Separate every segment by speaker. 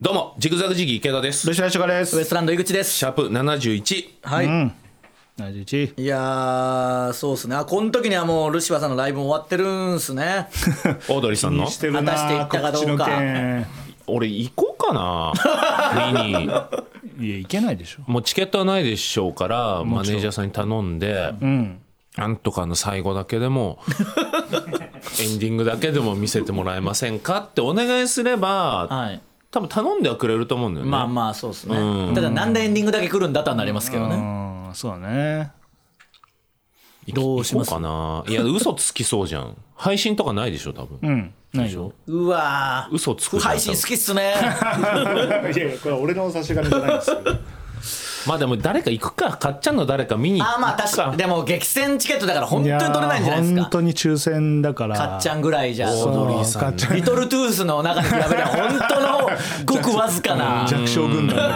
Speaker 1: どうもジグザグジギー池田です
Speaker 2: ルシファーシュガで
Speaker 3: ウエ
Speaker 2: す
Speaker 3: ス。トランド井口です
Speaker 1: シャープ71
Speaker 3: はい、
Speaker 2: うん。ナイチ。
Speaker 3: いやーそうっすねあこの時にはもうルシファーさんのライブも終わってるんす ね
Speaker 1: オードリーさんの
Speaker 2: して
Speaker 3: 果たして行ったかどうか
Speaker 2: 告知の
Speaker 1: 俺行こうか な見に
Speaker 2: 件いや、行けないでしょ。
Speaker 1: もうチケットはないでしょうからマネージャーさんに頼んで、なんとかの最後だけでもエンディングだけでも見せてもらえませんかってお願いすれば、
Speaker 3: はい
Speaker 1: 多分頼んではくれると思うんだよね、
Speaker 3: まあまあそうっすね、
Speaker 1: うん
Speaker 3: ただなんでエンディングだけ来るんだとはなりますけど
Speaker 2: う
Speaker 3: ね、
Speaker 2: ん、そうだね。
Speaker 1: い
Speaker 3: どうします
Speaker 1: 行こうかないや嘘つきそうじゃん配信とかないでしょ多分、
Speaker 2: うん。ないよ。
Speaker 3: うわー
Speaker 1: 嘘つくじゃん
Speaker 3: 配信好きっすね
Speaker 2: いやいや、これ俺の差し金じゃないですよ。
Speaker 1: まあでも誰か行くかかっちゃんの誰か見に行くか
Speaker 3: あーまあ確かにでも激戦チケットだから本当に取れないんじゃないです
Speaker 2: や
Speaker 3: か
Speaker 2: 本当に抽選だから。
Speaker 3: かっちゃんぐらいじゃ
Speaker 1: オードリーさ
Speaker 2: か
Speaker 1: ん
Speaker 2: っ
Speaker 1: の
Speaker 2: ちゃん
Speaker 3: リトルトゥースの中に比べれば本当のごくわずかな
Speaker 2: 弱小軍団だ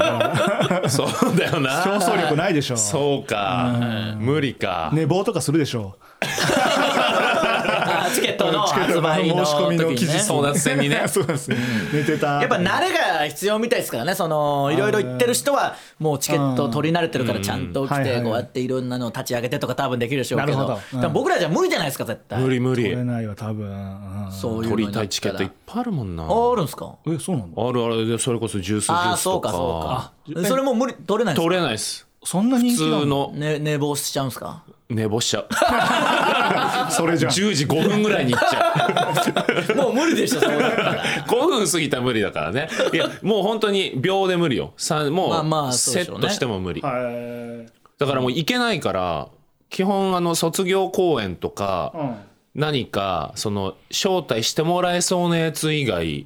Speaker 2: から。
Speaker 1: そうだよな
Speaker 2: 競争力ないでしょ。
Speaker 1: そうか、無理か、
Speaker 2: 寝坊とかするでしょ。
Speaker 3: あーチケットの
Speaker 2: チケット
Speaker 3: 発
Speaker 2: の
Speaker 3: 売の
Speaker 2: 申し込みの期
Speaker 3: 時に ね
Speaker 2: 日
Speaker 1: 争奪戦にね
Speaker 2: そうですね。寝てた。
Speaker 3: やっぱ慣れが必要みたいですからね、そのいろいろ言ってる人は、もうチケット取り慣れてるから、ちゃんと来
Speaker 2: はいはいは
Speaker 3: て、
Speaker 2: い
Speaker 3: こうやっていろんなのを立ち上げてとか、多分できるでしょうけ
Speaker 2: なるほ
Speaker 3: ど
Speaker 2: ど、うん
Speaker 3: でも僕らじゃ無理じゃないですか、絶対。
Speaker 1: 無理無
Speaker 2: 取れ
Speaker 1: 理
Speaker 2: ないわ、多分。うん
Speaker 3: そういうの
Speaker 1: 取り
Speaker 3: になった
Speaker 1: た
Speaker 3: ら
Speaker 1: いチケットいっぱいあるもんな
Speaker 3: ああるんですか
Speaker 2: え、そうなの
Speaker 1: あるあるでそれこそジュースジュ
Speaker 3: あ
Speaker 1: ー
Speaker 3: あ、
Speaker 1: ス
Speaker 3: そ
Speaker 1: と
Speaker 3: うか、
Speaker 1: か
Speaker 3: そうか。それもう無理、取れないんです
Speaker 1: 取れ
Speaker 3: か
Speaker 1: ないです
Speaker 2: そんな人
Speaker 1: 普
Speaker 2: 気なの
Speaker 1: 通の
Speaker 3: ね、寝坊しちゃうんですか
Speaker 1: 寝坊し ちゃう
Speaker 2: それじゃん。
Speaker 1: 10時5分ぐらいに行っちゃう
Speaker 3: もう無理でしょ、それだったら
Speaker 1: 5分過ぎたら無理だからねいやもう本当に秒で無理よさんもう
Speaker 3: まあまあそう
Speaker 1: セ
Speaker 3: でしょ
Speaker 1: ッ
Speaker 3: うね
Speaker 1: トしても無理、
Speaker 2: はい
Speaker 1: だからもう行けないから基本あの卒業公演とか、
Speaker 2: うん。
Speaker 1: 何かその招待してもらえそうなやつ以外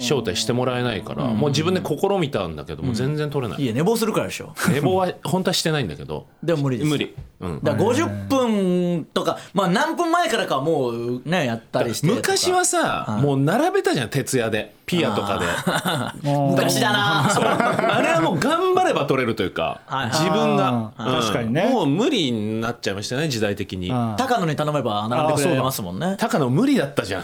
Speaker 1: 招待してもらえないからもう自分で試みたんだけどもう全然取れないい
Speaker 3: や、寝坊するからでしょ。
Speaker 1: 寝坊は本当はしてないんだけど
Speaker 3: でも無理です。
Speaker 1: 無。理うん
Speaker 3: だから50分とか、まあ何分前からかはもうね、やったりしてとか。
Speaker 1: 昔はさもう並べたじゃん徹夜でピアとかで
Speaker 3: 昔だな。
Speaker 1: あれはもう頑張れば取れるというか
Speaker 3: はい
Speaker 1: 自分が
Speaker 2: あー
Speaker 1: うん
Speaker 2: 確かにね
Speaker 1: もう無理になっちゃいましたね時代的に
Speaker 2: あ
Speaker 3: 高野に頼めば並んでくれますもんね。
Speaker 1: 高野無理だったじゃん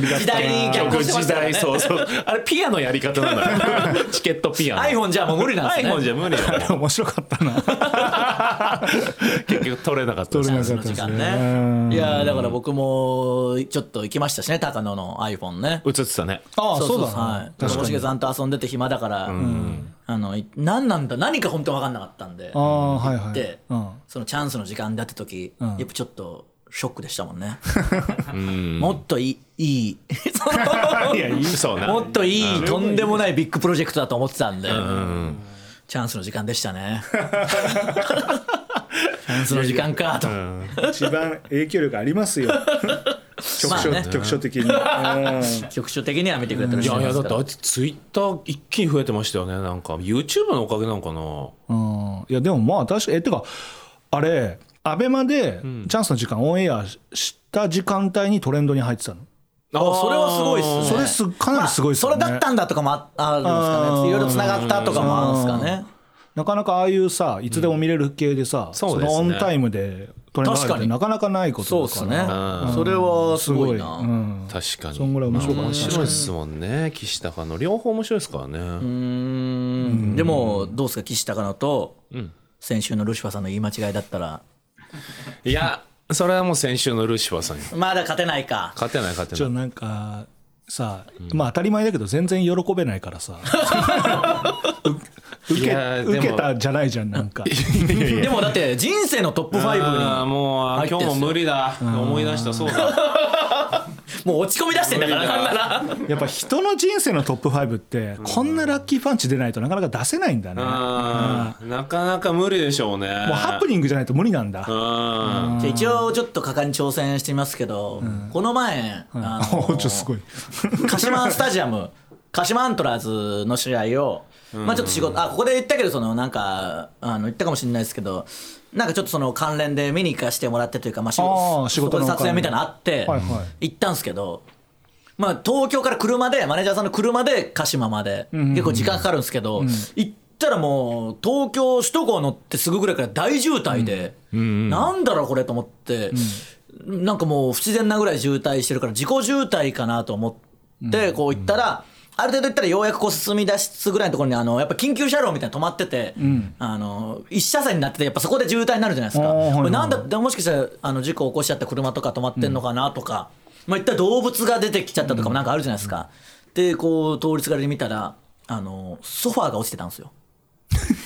Speaker 3: 時代に逆行してま
Speaker 1: 時
Speaker 3: したから
Speaker 1: 代
Speaker 3: ね。
Speaker 1: そうそうあれピアのやり方なんだよチケットピアの
Speaker 3: iPhone じゃもう無理なんですね。
Speaker 1: iPhone じゃ無理だよ
Speaker 2: 面白か ったな。
Speaker 1: 結局取れなかったです
Speaker 2: 取れ
Speaker 3: あ
Speaker 2: な
Speaker 3: そ
Speaker 2: か
Speaker 3: の
Speaker 2: った
Speaker 3: 時
Speaker 2: です
Speaker 3: 間
Speaker 2: ね。
Speaker 3: ね。いやーだから僕もちょっと行きましたしね高野の iPhone ね。
Speaker 1: 映ってたね
Speaker 2: ああ、そうだ
Speaker 3: は
Speaker 2: な。
Speaker 3: い。と
Speaker 2: 確
Speaker 3: も
Speaker 2: か
Speaker 3: し
Speaker 2: に
Speaker 3: げ。さんと遊んでて暇だから、あのい何なんだ何か本当分かんなかったんで
Speaker 2: あ、あ、はいはい。
Speaker 3: で
Speaker 2: うん。
Speaker 3: そのチャンスの時間だった時、
Speaker 2: ん
Speaker 3: やっぱちょっとショックでしたもん ね。もっといいいい。その
Speaker 1: いいそうな
Speaker 3: もっといい、とんでもないビッグプロジェクトだと思ってたんで、チャンスの時間でしたね。 チャンスの時間かと。
Speaker 2: 一番影響力あります よ。局所、
Speaker 3: まあね
Speaker 2: 局所的に。うん
Speaker 3: 局所的には見てくれてる
Speaker 1: いやいやだ
Speaker 3: で
Speaker 1: っ
Speaker 3: す
Speaker 1: てあいつツイッター一気に増えてましたよねなんか YouTube のおかげなのかな
Speaker 2: うん。いや、でもまあ確かえ、てか、あれ、アベマでチャンスの時間オンエアした時間帯にトレンドに入ってたの。
Speaker 1: あ
Speaker 3: それはすごいっすね。
Speaker 2: それすかなりすごいっすよね
Speaker 3: まあそれだったんだとかもああるんですか
Speaker 2: う
Speaker 3: ね。
Speaker 2: ん
Speaker 3: いろいろ繋がったとかもあるんですかね。
Speaker 2: なかなかああいうさ、いつでも見れる系でさ、
Speaker 1: そうですね
Speaker 2: のオンタイムでトレンド入るっ
Speaker 3: 確か
Speaker 2: て
Speaker 3: に
Speaker 2: なかなかないこと
Speaker 3: そう
Speaker 2: だ
Speaker 3: で
Speaker 2: から。
Speaker 3: すね。
Speaker 1: うん
Speaker 3: それはすごいな。
Speaker 2: う。
Speaker 3: うん
Speaker 1: 確かに
Speaker 2: そんぐらい面白かった
Speaker 1: 面白いですもんね岸高の両方面白いですからね
Speaker 3: ーんでもどうですか岸高野と先週のルシファーさんの言い間違いだったら
Speaker 1: いやそれはもう先週のルシファーさんに
Speaker 3: まだ勝てないか。
Speaker 1: 勝てない勝て
Speaker 2: ち
Speaker 1: な
Speaker 2: ょ
Speaker 1: い
Speaker 2: なんかさ、まあ当たり前だけど全然喜べないからさう
Speaker 1: い
Speaker 2: 受
Speaker 1: や
Speaker 2: け
Speaker 1: ーでも
Speaker 2: 受けたじゃないじゃんなんか
Speaker 3: でもだって人生のトップ
Speaker 1: あー
Speaker 3: 5に
Speaker 1: もうあー今日も無理だ思い出したそうだ
Speaker 3: もう落ち込み出してんだからなんなら
Speaker 2: やっぱ人の人生のトップ5ってこんなラッキーパンチ出ないとなかなか出せないんだねも
Speaker 1: あーなかなか無理でしょうね
Speaker 2: うハプニングじゃないと無理なんだ
Speaker 1: うん
Speaker 3: じゃあ一応ちょっと果敢に挑戦してみますけど、この前、あ
Speaker 2: あ
Speaker 3: の
Speaker 2: ちょすごい
Speaker 3: 鹿島スタジア ム鹿島アントラーズの試合を、まあ、ちょっと仕事あここで言ったけどそのなんかあの言ったかもしれないですけどなんかちょっとその関連で見に行かせてもらってというか、まあ、仕
Speaker 2: あ
Speaker 3: 事
Speaker 2: ー仕事の
Speaker 3: そこで撮影みたいなのあって、
Speaker 2: はいは
Speaker 3: 行ったんですけど、まあ、東京から車でマネージャーさんの車で鹿島まで、結構時間かかるんですけど、行ったらもう東京首都高乗ってすぐぐらいから大渋滞で、なんだろうこれと思って、なんかもう不自然なぐらい渋滞してるから自己渋滞かなと思ってこう行ったら、ある程度いったらようやくこう進み出しつつぐらいのところにあのやっぱ緊急車両みたいなの止まってて、あの一車線になっててやっぱそこで渋滞になるじゃないですか、
Speaker 2: あーはいはいはい
Speaker 3: これなんだってもしかしたらあの事故起こしちゃった車とか止まってんのかなとか、まあ、いったら動物が出てきちゃったとかもなんかあるじゃないですか、でこう通りすがりで見たらあのソファーが落ちてたんですよ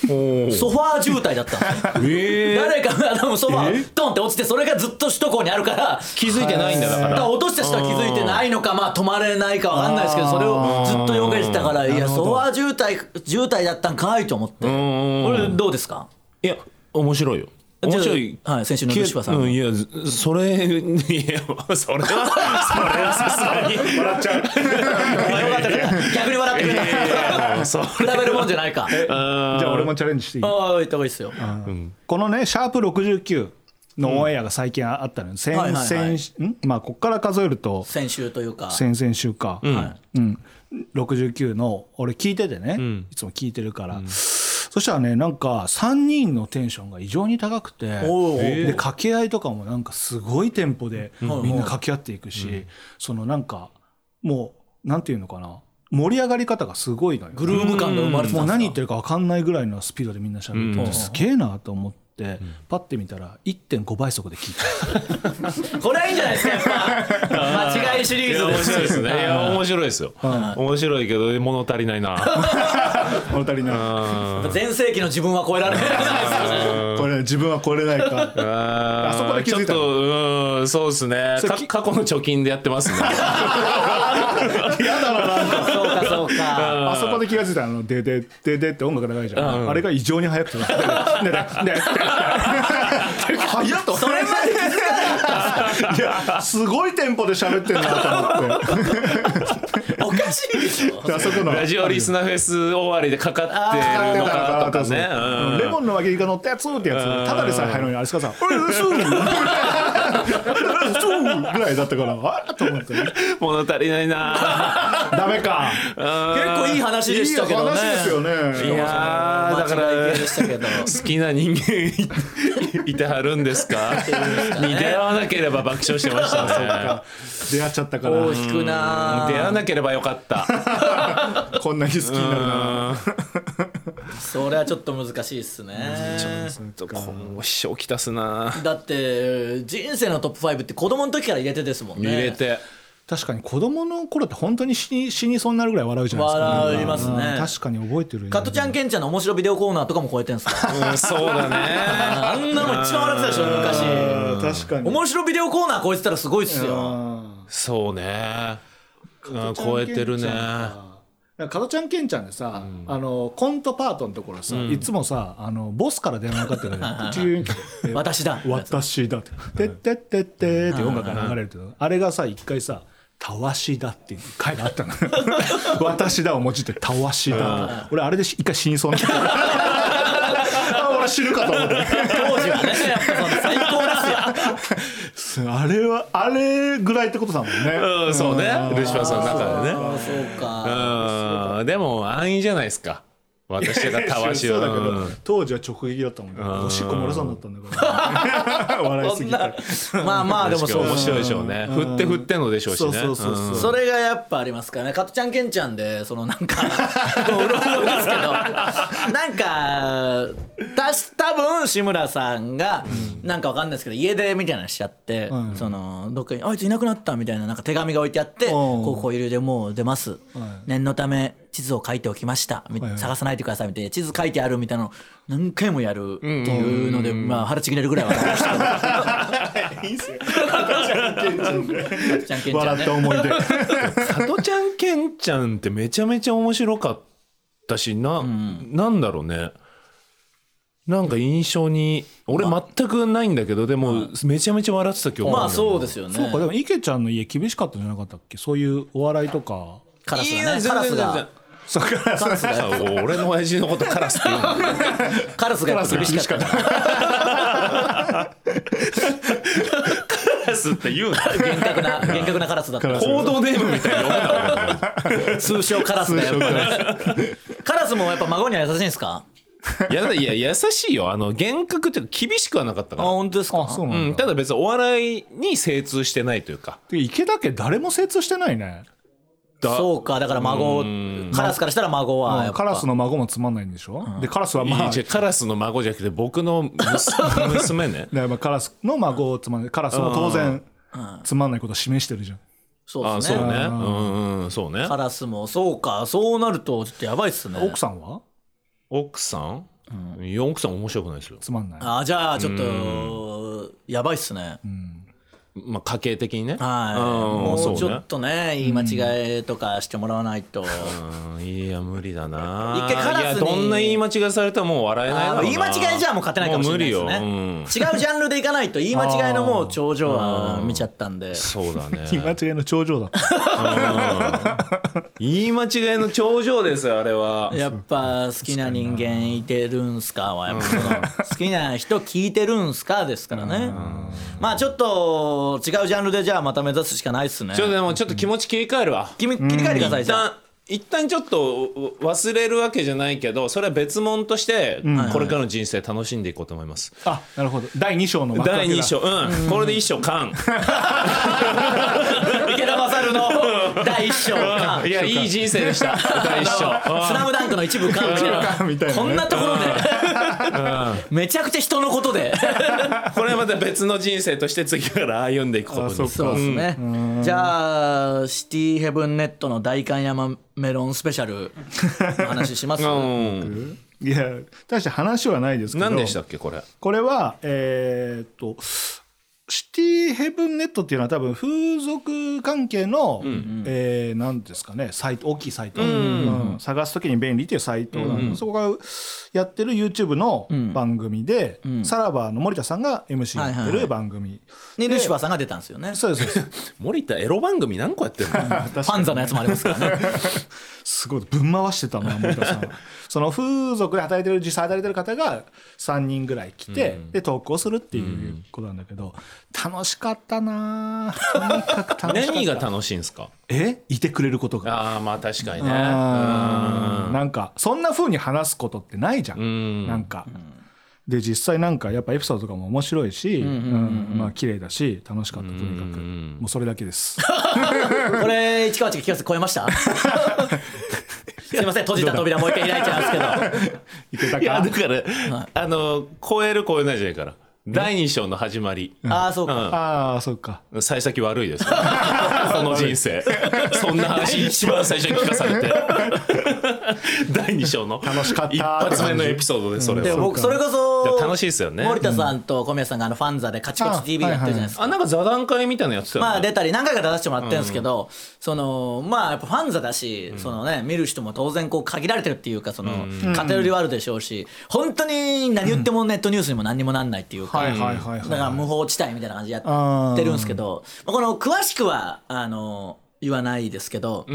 Speaker 3: ソファー渋滞だったんですよ 誰かがあのソファードンって落ちてそれがずっと首都高にあるから
Speaker 1: 気づいてないんだだから
Speaker 3: だから落とした人は気づいてないのか、まあ、止まれないか分かんないですけど、それをずっとよけてたから、いや、
Speaker 2: ほど
Speaker 3: ソワ渋滞、渋滞だったんかいと思って、これ、どうですか
Speaker 1: いや面白いよ面白い
Speaker 3: じゃあはい、先週の吉シさん、
Speaker 1: うん、いやずそれいやそれはそれはさすがに笑っちゃう
Speaker 3: 逆に笑ってくれた、
Speaker 1: そう
Speaker 3: 比べるもんじゃないか、
Speaker 2: じゃあ俺もチャレンジしていい
Speaker 3: ああ、言った方がいいですよ、
Speaker 2: このね、シャープ69のオンエアが最近あったのよ、先
Speaker 3: はいはいはい
Speaker 2: 々んまあ、ここから数えると、
Speaker 3: 先週というか、
Speaker 2: 先々週か、
Speaker 3: は
Speaker 2: うん、69の、俺、聞いててね、いつも聞いてるから、そしたらね、なんか、3人のテンションが異常に高くて、
Speaker 3: おう
Speaker 2: で掛け合いとかも、なんか、すごいテンポで、みんな掛け合っていくし、そのなんか、もう、なんていうのかな、盛り上がり方がすごいのよ。
Speaker 3: グルーヴ感が生まれて
Speaker 2: も
Speaker 3: た
Speaker 2: うん何言
Speaker 3: で
Speaker 2: ってるか分かんないぐらいのスピードでみんな喋ってて、すげえなと思って、パッて見たら1.5倍速で聞いた
Speaker 3: すか、これはいいんじゃないですか、やっぱ、間違いシリーズ
Speaker 1: 面
Speaker 3: です
Speaker 1: 白いですねいや面白いですよ面白いけど物足りないな
Speaker 2: 物足りな
Speaker 3: 全盛期の自分は超えられないじゃないですか
Speaker 2: いこれ自分はこれないか
Speaker 1: あ
Speaker 2: あそこで気づいた
Speaker 1: ちょ
Speaker 2: の
Speaker 1: っとうんそうですね
Speaker 2: それ
Speaker 1: か
Speaker 2: き
Speaker 1: 過去の貯金でやってますね
Speaker 2: 嫌だろなんか
Speaker 3: そうか、そうか。
Speaker 2: あそこで気が付いたの「でででで」って音楽流れるじゃん、あれが異常に速くて「でででで」速っと
Speaker 3: それまで気づか
Speaker 2: いやすごいテンポで喋ってんなと思 って
Speaker 3: おかしいでしょ
Speaker 2: であそこの
Speaker 1: ラジオリスナーフェス終わりでかかってるのかとかねうん
Speaker 2: レモンの輪切りが乗ったやつってやつただでさえ入るのにあれすかさ「お い嘘嘘ぐらいだったからあらと思って
Speaker 1: 物足りないな
Speaker 2: ダメか
Speaker 3: 結構いい話でしたけどね
Speaker 2: いい話ですよね
Speaker 1: いやーだから
Speaker 3: 間違い系でしたけど
Speaker 1: 好きな人間いいてはるんですかに出会わなければ爆笑してましたね
Speaker 2: 出会っちゃったから
Speaker 3: 大引くな
Speaker 1: 出会わなければよかった
Speaker 2: こんなに好きになるな
Speaker 3: それはちょっと難しいっすね
Speaker 1: 今後支障きたすな
Speaker 3: だって人生のトップ5って子供の時から入れてですもんね
Speaker 1: 入れて
Speaker 2: 確かに子供の頃って本当に死に死にそうになるぐらい笑うじゃないですか
Speaker 3: 笑いますね
Speaker 2: 確かに覚えてるよ
Speaker 3: 加トちゃんケンちゃんの面白ビデオコーナーとかも超えてんすか
Speaker 1: うんそうだね
Speaker 3: あんなの一番笑ってたでしょ昔
Speaker 2: うん確かに
Speaker 3: 面白ビデオコーナー超えてたらすごいっすよ
Speaker 1: そうねうん超えてるね
Speaker 2: 加トちゃんケンちゃんでさ、あのコントパートのところさ、いつもさあのボスから電話かかってくるじゃんチューンってで
Speaker 3: 私だ
Speaker 2: 私だって「てってってって」って音楽が流れるけどあれがさ一回さ「たわしだ」っていう回があったの私だをもじって「たわしだ」俺あれで一回死にそうになったあ俺死ぬかと思った
Speaker 3: 当時はねやっぱその最高ですよ
Speaker 2: あれはあれぐらいってことだもんね
Speaker 1: うんそうねルシファーさんの中でね
Speaker 3: そうか
Speaker 1: うんでも安易じゃないですか私がたわし
Speaker 2: そうだけど、
Speaker 1: を
Speaker 2: 当時は直撃だったもんねおしっこ漏れそうになったんだから 笑い
Speaker 3: そ
Speaker 2: す
Speaker 3: ん
Speaker 2: ぎ
Speaker 3: な
Speaker 2: て
Speaker 3: まあまあで
Speaker 1: で
Speaker 3: も
Speaker 1: も
Speaker 3: そう
Speaker 1: 面白いでしょうね振って振ってのでしょうし
Speaker 2: そう
Speaker 1: ね
Speaker 2: そうそうそう、
Speaker 3: それがやっぱありますからね、加トちゃん、ケンちゃんで、そのなんか、 うろうろですけど、なんか、たし多分志村さんが、なんかわかんないですけど、家出みたいなのしちゃって、
Speaker 2: うん
Speaker 3: そのどっかに、あいついなくなったみたいな、なんか手紙が置いてあって、
Speaker 2: ん
Speaker 3: こうこういう理由でもう出ます、念のため、地図を書いておきました、み
Speaker 2: はいはい
Speaker 3: 探さないでくださいみたいな、地図書いてあるみたいなのを何回もやるっていうので、まあ、腹ちぎれるぐらいは分かりましたけ ど、
Speaker 2: いいっすよ笑
Speaker 3: 加トちゃん、ケンちゃん
Speaker 2: っ
Speaker 3: ね
Speaker 2: た。思い出
Speaker 1: 加トちゃんケンちゃんってめちゃめちゃ面白かったしな、なんだろうねなんか印象に俺全くないんだけどでもめちゃめちゃ笑ってた記憶
Speaker 3: ま
Speaker 1: る
Speaker 3: あ
Speaker 1: んだよ
Speaker 3: そうですよね。
Speaker 2: そうかでも池ちゃんの家厳しかったんじゃなかったっけそういうお笑いとか
Speaker 3: カラス
Speaker 1: い
Speaker 3: が
Speaker 1: や
Speaker 3: ね、
Speaker 1: 全
Speaker 3: カ
Speaker 1: 然
Speaker 3: ラス
Speaker 1: 全
Speaker 3: が
Speaker 1: 然。
Speaker 2: そうか
Speaker 3: カラスがやっ
Speaker 1: あ俺の親父のことカラスって言うの
Speaker 3: ぱカラスがやっぱ厳しかった。
Speaker 1: カラスって言うの
Speaker 3: 厳格な厳格なカラスだった
Speaker 1: 行動ネームみたいな
Speaker 3: 通称カラスだよカラスもやっぱ孫には優しいんですか
Speaker 1: いやだ いや優しいよあの厳格っていうか厳しくはなかった
Speaker 3: あ
Speaker 1: から
Speaker 3: 本当ですか
Speaker 2: あそう
Speaker 1: う
Speaker 2: なん
Speaker 1: ん、
Speaker 2: だ、
Speaker 1: ただ別にお笑いに精通してないというか
Speaker 2: で池田家誰も精通してないね
Speaker 1: た
Speaker 3: そうかだから孫カラスからしたら孫はやっぱ
Speaker 2: カラスの孫もつまんないんでしょ、でカラスはいま
Speaker 1: や
Speaker 2: あ
Speaker 1: じゃあカラスの孫じゃなくて僕の娘娘ね
Speaker 2: だからまあカラスの孫をつまんないカラスも当然つまんないことを示してるじゃん
Speaker 3: そう
Speaker 1: あ
Speaker 3: です
Speaker 1: そう
Speaker 3: ね
Speaker 1: ねうんうんそうね
Speaker 3: カラスもそうかそうなるとちょっとやばいっすね
Speaker 2: 奥さんは
Speaker 1: 奥さん、いや奥さん面白くないですよ
Speaker 2: つまん ない
Speaker 3: あじゃあちょっとやばいっすね
Speaker 1: まあ家計的にね
Speaker 3: はい
Speaker 1: うん
Speaker 3: も
Speaker 1: そうね
Speaker 3: ちょっとね言い間違えとかしてもらわないと
Speaker 1: うんいや無理だな
Speaker 3: 一回カラ
Speaker 1: い
Speaker 3: スに
Speaker 1: やどんな言い間違いされてももう笑えないだろうな
Speaker 3: あ言い間違いじゃもう勝てないかもしれないですね
Speaker 1: もう無理よ、うん
Speaker 3: 違うジャンルでいかないと言い間違いのもう頂上は見ちゃったんで
Speaker 1: そうだね
Speaker 2: 間違いの頂上だった
Speaker 1: 言い間違いの頂上ですよあれは
Speaker 3: やっぱ好きな人間いてるんすかはやっぱその好きな人聞いてるんすかですからねまあちょっと違うジャンルでじゃあまた目指すしかないっすね
Speaker 1: ちょっとでもちょっと気持ち切り替えるわ
Speaker 3: 切り切り替えてください
Speaker 1: 一
Speaker 3: じゃあ
Speaker 1: 旦一旦ちょっと忘れるわけじゃないけどそれは別物としてこれからの人生楽しんでいこうと思います、
Speaker 2: あなるほど第2章の幕開
Speaker 1: 第
Speaker 2: けだ
Speaker 1: 2章うん、これで1章完
Speaker 3: 池田勝 の第一章か
Speaker 1: いやいい人生でした 第1章
Speaker 3: スラムダンクの一部か
Speaker 2: みたいなね
Speaker 3: こんなところで めちゃくちゃ人のことで
Speaker 1: これはまた別の人生として次から歩んでいくこと
Speaker 2: あそ
Speaker 1: に
Speaker 2: っか
Speaker 3: そうですね、じゃあシティヘブンネットの代官山メロンスペシャルの話しま す、
Speaker 1: うん
Speaker 2: いや大して話はないですけど
Speaker 1: 何でしたっけこれ
Speaker 2: これはえーっとシティヘブンネットっていうのは多分風俗関係の、えーなんですかねサイト大きいサイト、うん探す時に便利っていうサイトなんでそこがやってる YouTube の番組で、さらばの森田さんが MC やってる番組、
Speaker 3: ねルシファーさんが出たんですよね
Speaker 2: そうですそう です
Speaker 1: 森田エロ番組何個やってるの
Speaker 3: ファンザのやつもあります からね
Speaker 2: すごいぶん回してたな森田さん はその風俗で働いてる実際働いてる方が3人ぐらい来て、で投稿するっていうことなんだけど、楽しかったなとにかく楽しかった
Speaker 1: 何が楽しいんですか
Speaker 2: えいてくれることが
Speaker 1: ああまあ確かにね
Speaker 2: うんなんかそんな風に話すことってないじゃん、
Speaker 1: ん
Speaker 2: なんか。で実際なんかやっぱエピソードとかも面白いし、うんまあ綺麗だし楽しかったとにかく、もうそれだけ です。
Speaker 3: これ市川地が聞きます超えました すいません閉じた扉もう一回開いちゃうんですけど
Speaker 2: いけた
Speaker 1: いや
Speaker 2: か
Speaker 1: だからあの超える超えないじゃないから第2章の始まり
Speaker 3: ああそうか、
Speaker 2: ああそうか
Speaker 1: 幸先悪い ですその人生そんな話一番最初に聞かされ て第2章の
Speaker 2: 楽しかった
Speaker 1: 一発目のエピソードでそれ
Speaker 3: で
Speaker 1: は
Speaker 3: 僕それこそ
Speaker 1: いや楽しいですよね
Speaker 3: 森田さんと小宮さんがあのファンザでカチコチ TV
Speaker 2: あ
Speaker 3: やってるじゃないですか
Speaker 1: あなんか座談会みたいなのやってたよね
Speaker 3: まあ出たり何回か出させてもらってるんですけど、そのまあやっぱファンザだし、そのね見る人も当然こう限られてるっていうかその偏りはあるでしょうし、本当に何言ってもネットニュースにも何にもなんないっていうか、
Speaker 2: はいはいはいはい
Speaker 3: だから無法地帯みたいな感じでやってるんですけど、まあ、この詳しくはあの言わないですけど、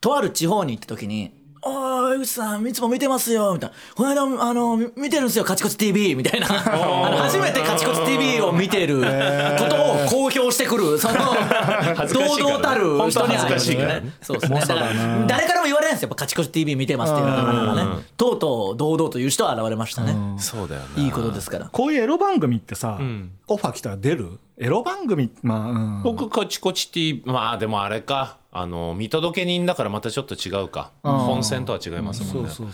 Speaker 3: とある地方に行った時に。おー、江口さん、いつも見てますよ、みたいな。この間、あの、見てるんですよ、カチコチ TV、みたい な。あの初めてカチコチ TV を見てることを公表してくる、その、
Speaker 1: 恥ずかしいから
Speaker 3: 堂
Speaker 1: ね
Speaker 3: 々たる人に
Speaker 1: 本当恥ずかしいからね
Speaker 3: ね。そうですね。だから、誰からも言われないんですよ、やっぱカチコチ TV 見てますっていうのがなかなかね。とうとう、堂々という人は現れましたね。
Speaker 1: そうだよね
Speaker 3: いいことですから。
Speaker 2: こういうエロ番組ってさ、オファー来たら出るエロ番組まあ、うん
Speaker 1: 僕カチコチ TV まあでもあれかあの見届け人だからまたちょっと違うか本戦とは違いますもんね
Speaker 2: そうそうそう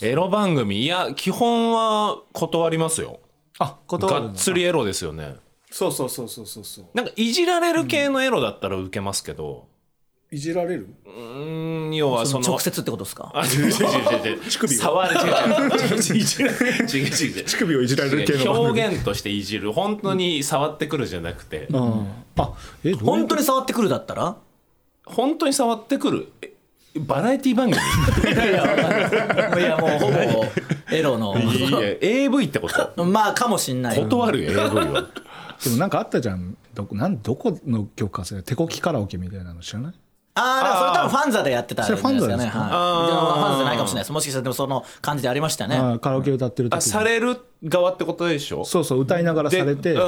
Speaker 2: そう
Speaker 1: エロ番組いや基本は断りますよ
Speaker 2: あ断る
Speaker 1: が
Speaker 2: ん
Speaker 1: っ
Speaker 2: だ
Speaker 1: つりエロですよね
Speaker 2: そうそうそうそうそうそう
Speaker 1: なんかいじられる系のエロだったら受けますけど、
Speaker 2: いじられる
Speaker 1: うん、要はその
Speaker 3: 直接ってことですか
Speaker 1: あ違う違う違う違う乳首触る違う違う違う違う違う違う違う乳
Speaker 2: 首をいじられる系の番組
Speaker 1: 表現としていじる本当に触ってくるじゃなくて、
Speaker 2: うんあえどういう
Speaker 3: 本当に触ってくるだったら
Speaker 1: 本当に触ってくるえバラエティ番組
Speaker 3: いやいや、いやもうほぼエロの。
Speaker 1: いやい や AV ってこと
Speaker 3: まあかもしんない。
Speaker 1: 断 るよ AV は
Speaker 2: でもなんかあったじゃんどこなんどこの曲か忘れた手こきカラオケみたいなの知らない
Speaker 3: ああ、だからそれ多分ファンザでやってたんじゃないです
Speaker 2: それ
Speaker 3: か
Speaker 2: ファンザ
Speaker 3: ね。
Speaker 2: ですか
Speaker 3: はい。
Speaker 1: あー
Speaker 3: じゃあファンザじゃないかもしれないです。もしかしたらでもその感じでありましたね。
Speaker 2: あーカラオケ歌ってる時
Speaker 1: あ
Speaker 2: に
Speaker 1: される側ってことでしょ
Speaker 2: そうそう歌いながらされ
Speaker 1: で
Speaker 2: て
Speaker 1: うん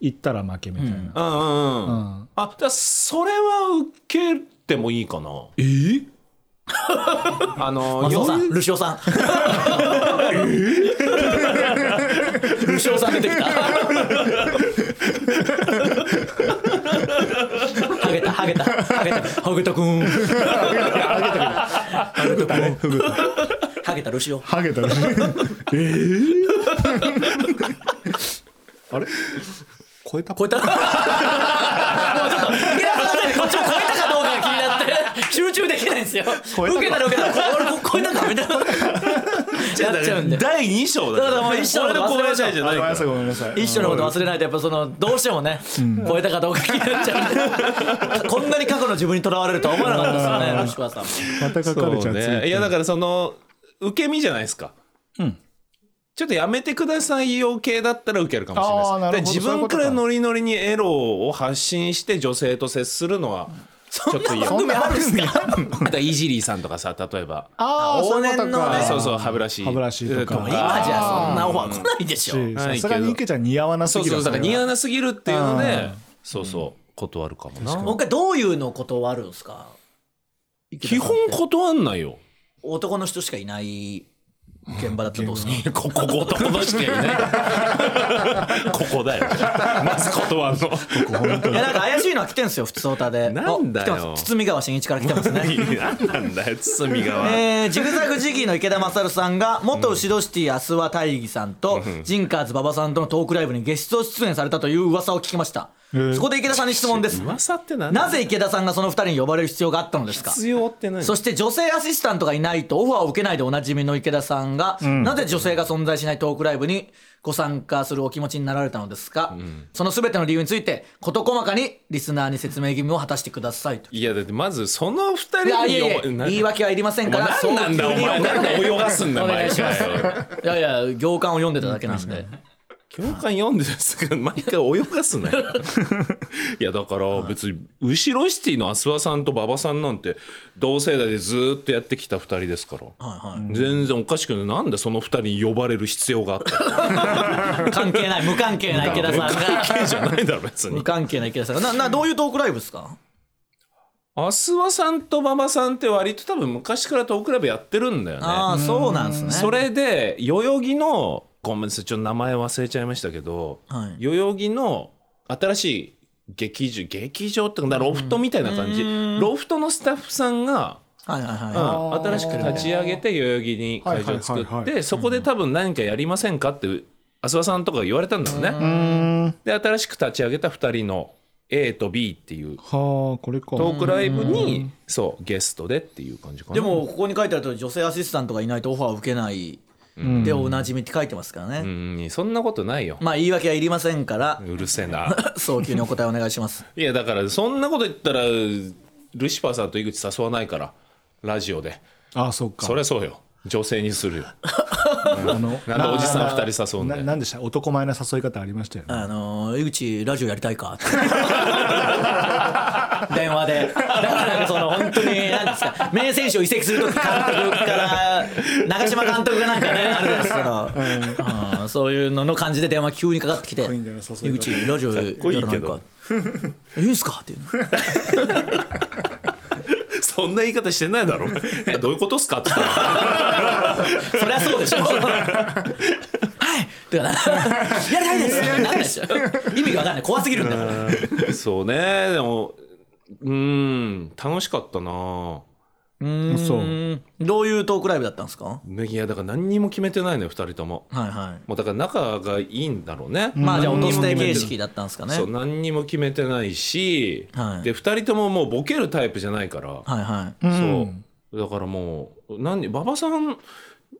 Speaker 2: 行ったら負けみたい
Speaker 1: う
Speaker 2: な
Speaker 1: んうんうん、あだからそれは受けてもいいかな
Speaker 2: えー
Speaker 1: あの
Speaker 3: 松尾さ
Speaker 1: よ
Speaker 3: ん、ルシオさん。ルシオさん 出てきた。ハゲた、ハハゲ たハゲたハゲたくんハゲたくんハゲたルシオ
Speaker 2: ハゲたらねえーあれ超えた
Speaker 3: 超えたもうちょっと平田さんねこっちも超えたかどうかが気になって集中できないんですよ
Speaker 2: 超えたか
Speaker 3: 受けたら受けたらこ俺こ超えたかみたいなやっちゃ うんでだか
Speaker 1: 第2章だ
Speaker 3: らもう一生のこと
Speaker 1: これの小
Speaker 3: 忘れ
Speaker 1: 林
Speaker 3: ちゃ
Speaker 1: 愛
Speaker 3: う
Speaker 1: じゃ
Speaker 2: ご
Speaker 1: ない
Speaker 2: めん
Speaker 1: か
Speaker 2: な
Speaker 1: ら
Speaker 2: さいごめんなさい
Speaker 3: 一生のこと忘れないとやっぱそのどうしてもね超えたかどうか気になっちゃうんでこんなに過去の自分にとらわれるとは思わなかったですよね吉川さんも
Speaker 2: また書かれち
Speaker 1: そ
Speaker 2: ゃ
Speaker 1: う
Speaker 2: う
Speaker 1: ねいやだからその受け身じゃないですかちょっとやめてくださいよ系だったら受けるかもしれ
Speaker 2: あーな
Speaker 1: ない
Speaker 2: る
Speaker 1: で
Speaker 2: ほど
Speaker 1: すで自
Speaker 2: そういう
Speaker 1: 分
Speaker 2: こと
Speaker 1: か
Speaker 2: から
Speaker 1: ノリノリにエロを発信して女性と接するのはちょっと嫌
Speaker 3: そんな番組あるんですか
Speaker 1: あとイジリーさんとかさ例えば
Speaker 2: ああ
Speaker 3: 往
Speaker 2: そういうこと
Speaker 3: 年のね
Speaker 2: か
Speaker 1: そうそう歯ブラシ
Speaker 2: 歯ブラシとか
Speaker 3: 今じゃそんなオファー来ないでしょ
Speaker 2: しさすが
Speaker 1: ないけど
Speaker 2: に池ちゃん似合わなす
Speaker 1: そう
Speaker 2: ぎる
Speaker 1: そうだから似合わ
Speaker 2: な
Speaker 1: なすぎるっていうの
Speaker 2: う
Speaker 1: で
Speaker 2: ん
Speaker 1: そうそう断るかもな
Speaker 3: もう一回どういうのを断るんですか
Speaker 1: 基本断んないよ
Speaker 3: 男の人しかいない現場だったらどうすか
Speaker 1: ここ男の人よ ねここだよまず断るの
Speaker 3: いやなんか怪しいのは来てんすよ普通オタで
Speaker 1: なんだよ
Speaker 3: お来てます堤川真一から来てますね
Speaker 1: 何なんだよ堤川
Speaker 3: えー、ジグザグジギーの池田勝さんが元牛戸シティ安和大義さんと、ジンカーズ馬場さんとのトークライブにゲスト出演されたという噂を聞きました、
Speaker 2: ー
Speaker 3: そこで池田さんに質問です
Speaker 1: 噂って何
Speaker 3: なぜ池田さんがその2人に呼ばれる必要があったのですか
Speaker 1: 必要って何
Speaker 3: そして女性アシスタントがいないとオファーを受けないでおなじみの池田さんが、なぜ女性が存在しないトークライブにご参加するお気持ちになられたのですか、その全ての理由について事細かにリスナーに説明義務を果たしてくださいと。
Speaker 1: いやだってまずその二
Speaker 3: いや
Speaker 1: 人
Speaker 3: い
Speaker 1: に呼ば
Speaker 3: やいや
Speaker 1: な
Speaker 3: 言い訳はいりませんから
Speaker 1: 何なんだお前なんで泳がすんだ
Speaker 3: お
Speaker 1: お
Speaker 3: 願
Speaker 1: 前
Speaker 3: いしますいやいや行間を読んでただけなんで
Speaker 1: 教官読んでるんですけど毎回泳がすなよ いやだから別に後ろシティのアワさんと馬場さんなんて同世代でずーっとやってきた二人ですから、全然おかしくないなんでその二人に呼ばれる必要があったの
Speaker 3: 関係ない無関係な池田さん
Speaker 1: 関係じ
Speaker 3: が
Speaker 1: ゃないだろ別に
Speaker 3: 無関係な池田さんがななどういうトークライブですか
Speaker 1: アスワさんと馬場さんって割と多分昔からトークライブやってるんだよね
Speaker 3: ああそうなんですね
Speaker 1: それで代々木のごめんなさいちょっと名前忘れちゃいましたけど、
Speaker 3: はい
Speaker 1: 代々木の新しい劇場劇場っていうかロフトみたいな感じ、ロフトのスタッフさんが、
Speaker 3: はいはいはい
Speaker 1: うん新しく立ち上げて代々木に会場を作って、
Speaker 2: はいはいはいは
Speaker 1: そこで多分何かやりませんかって浅田さんとかが言われたんだろうね。
Speaker 2: うん
Speaker 1: で新しく立ち上げた2人の A と B っていう
Speaker 2: はあこれか
Speaker 1: トークライブにそうゲストでっていう感じかな。
Speaker 3: でもここに書いてあると女性アシスタントがいないとオファーを受けないでおなじみって書いてますからね、
Speaker 1: うんそんなことないよ。
Speaker 3: まあ言い訳はいりませんから
Speaker 1: うるせえな。
Speaker 3: 早急にお答えお願いします
Speaker 1: いやだからそんなこと言ったらルシファーさんと井口誘わないからラジオで
Speaker 2: ああそうか
Speaker 1: そりゃそうよ女性にするよ
Speaker 2: あ の
Speaker 1: なんでおじさん二人誘うんだよ
Speaker 2: ななんでした男前な誘い方ありましたよね
Speaker 3: あのー井口ラジオやりたいかって 電話でだからなんかその本当に何ですか名選手を移籍する時監督から長嶋監督がなんかねあるんですけど、うんそういうのの感じで電話急にかかってきて「
Speaker 2: いいんだよな誘
Speaker 3: 井
Speaker 2: い
Speaker 3: 口ラジオ
Speaker 1: こい
Speaker 3: や
Speaker 1: い
Speaker 3: らな
Speaker 1: け
Speaker 3: いか
Speaker 1: ど」
Speaker 3: いいんすか?」っていうの
Speaker 1: そんな言い方してない だろえどういうことっすかって言ったら
Speaker 3: そりゃそうでしょはいだから「やりたいです」なんないでしょ意味が分かんない怖すぎるんだから
Speaker 1: そうねでもうん楽しかったな
Speaker 2: そう
Speaker 3: どういうトークライブだったんですかはい
Speaker 1: やだから何にも決めてないのよ二人とも
Speaker 3: いはい
Speaker 1: もうだから仲がいいんだろうね
Speaker 3: まあじゃあ
Speaker 1: 何
Speaker 3: 落
Speaker 1: にも決め
Speaker 3: として
Speaker 1: てない
Speaker 3: 形式だったんですかね
Speaker 1: そう何にも決めてないし、
Speaker 3: はい
Speaker 1: で二人とももうボケるタイプじゃないから、
Speaker 3: はいはい
Speaker 1: そうだからもう何馬場さん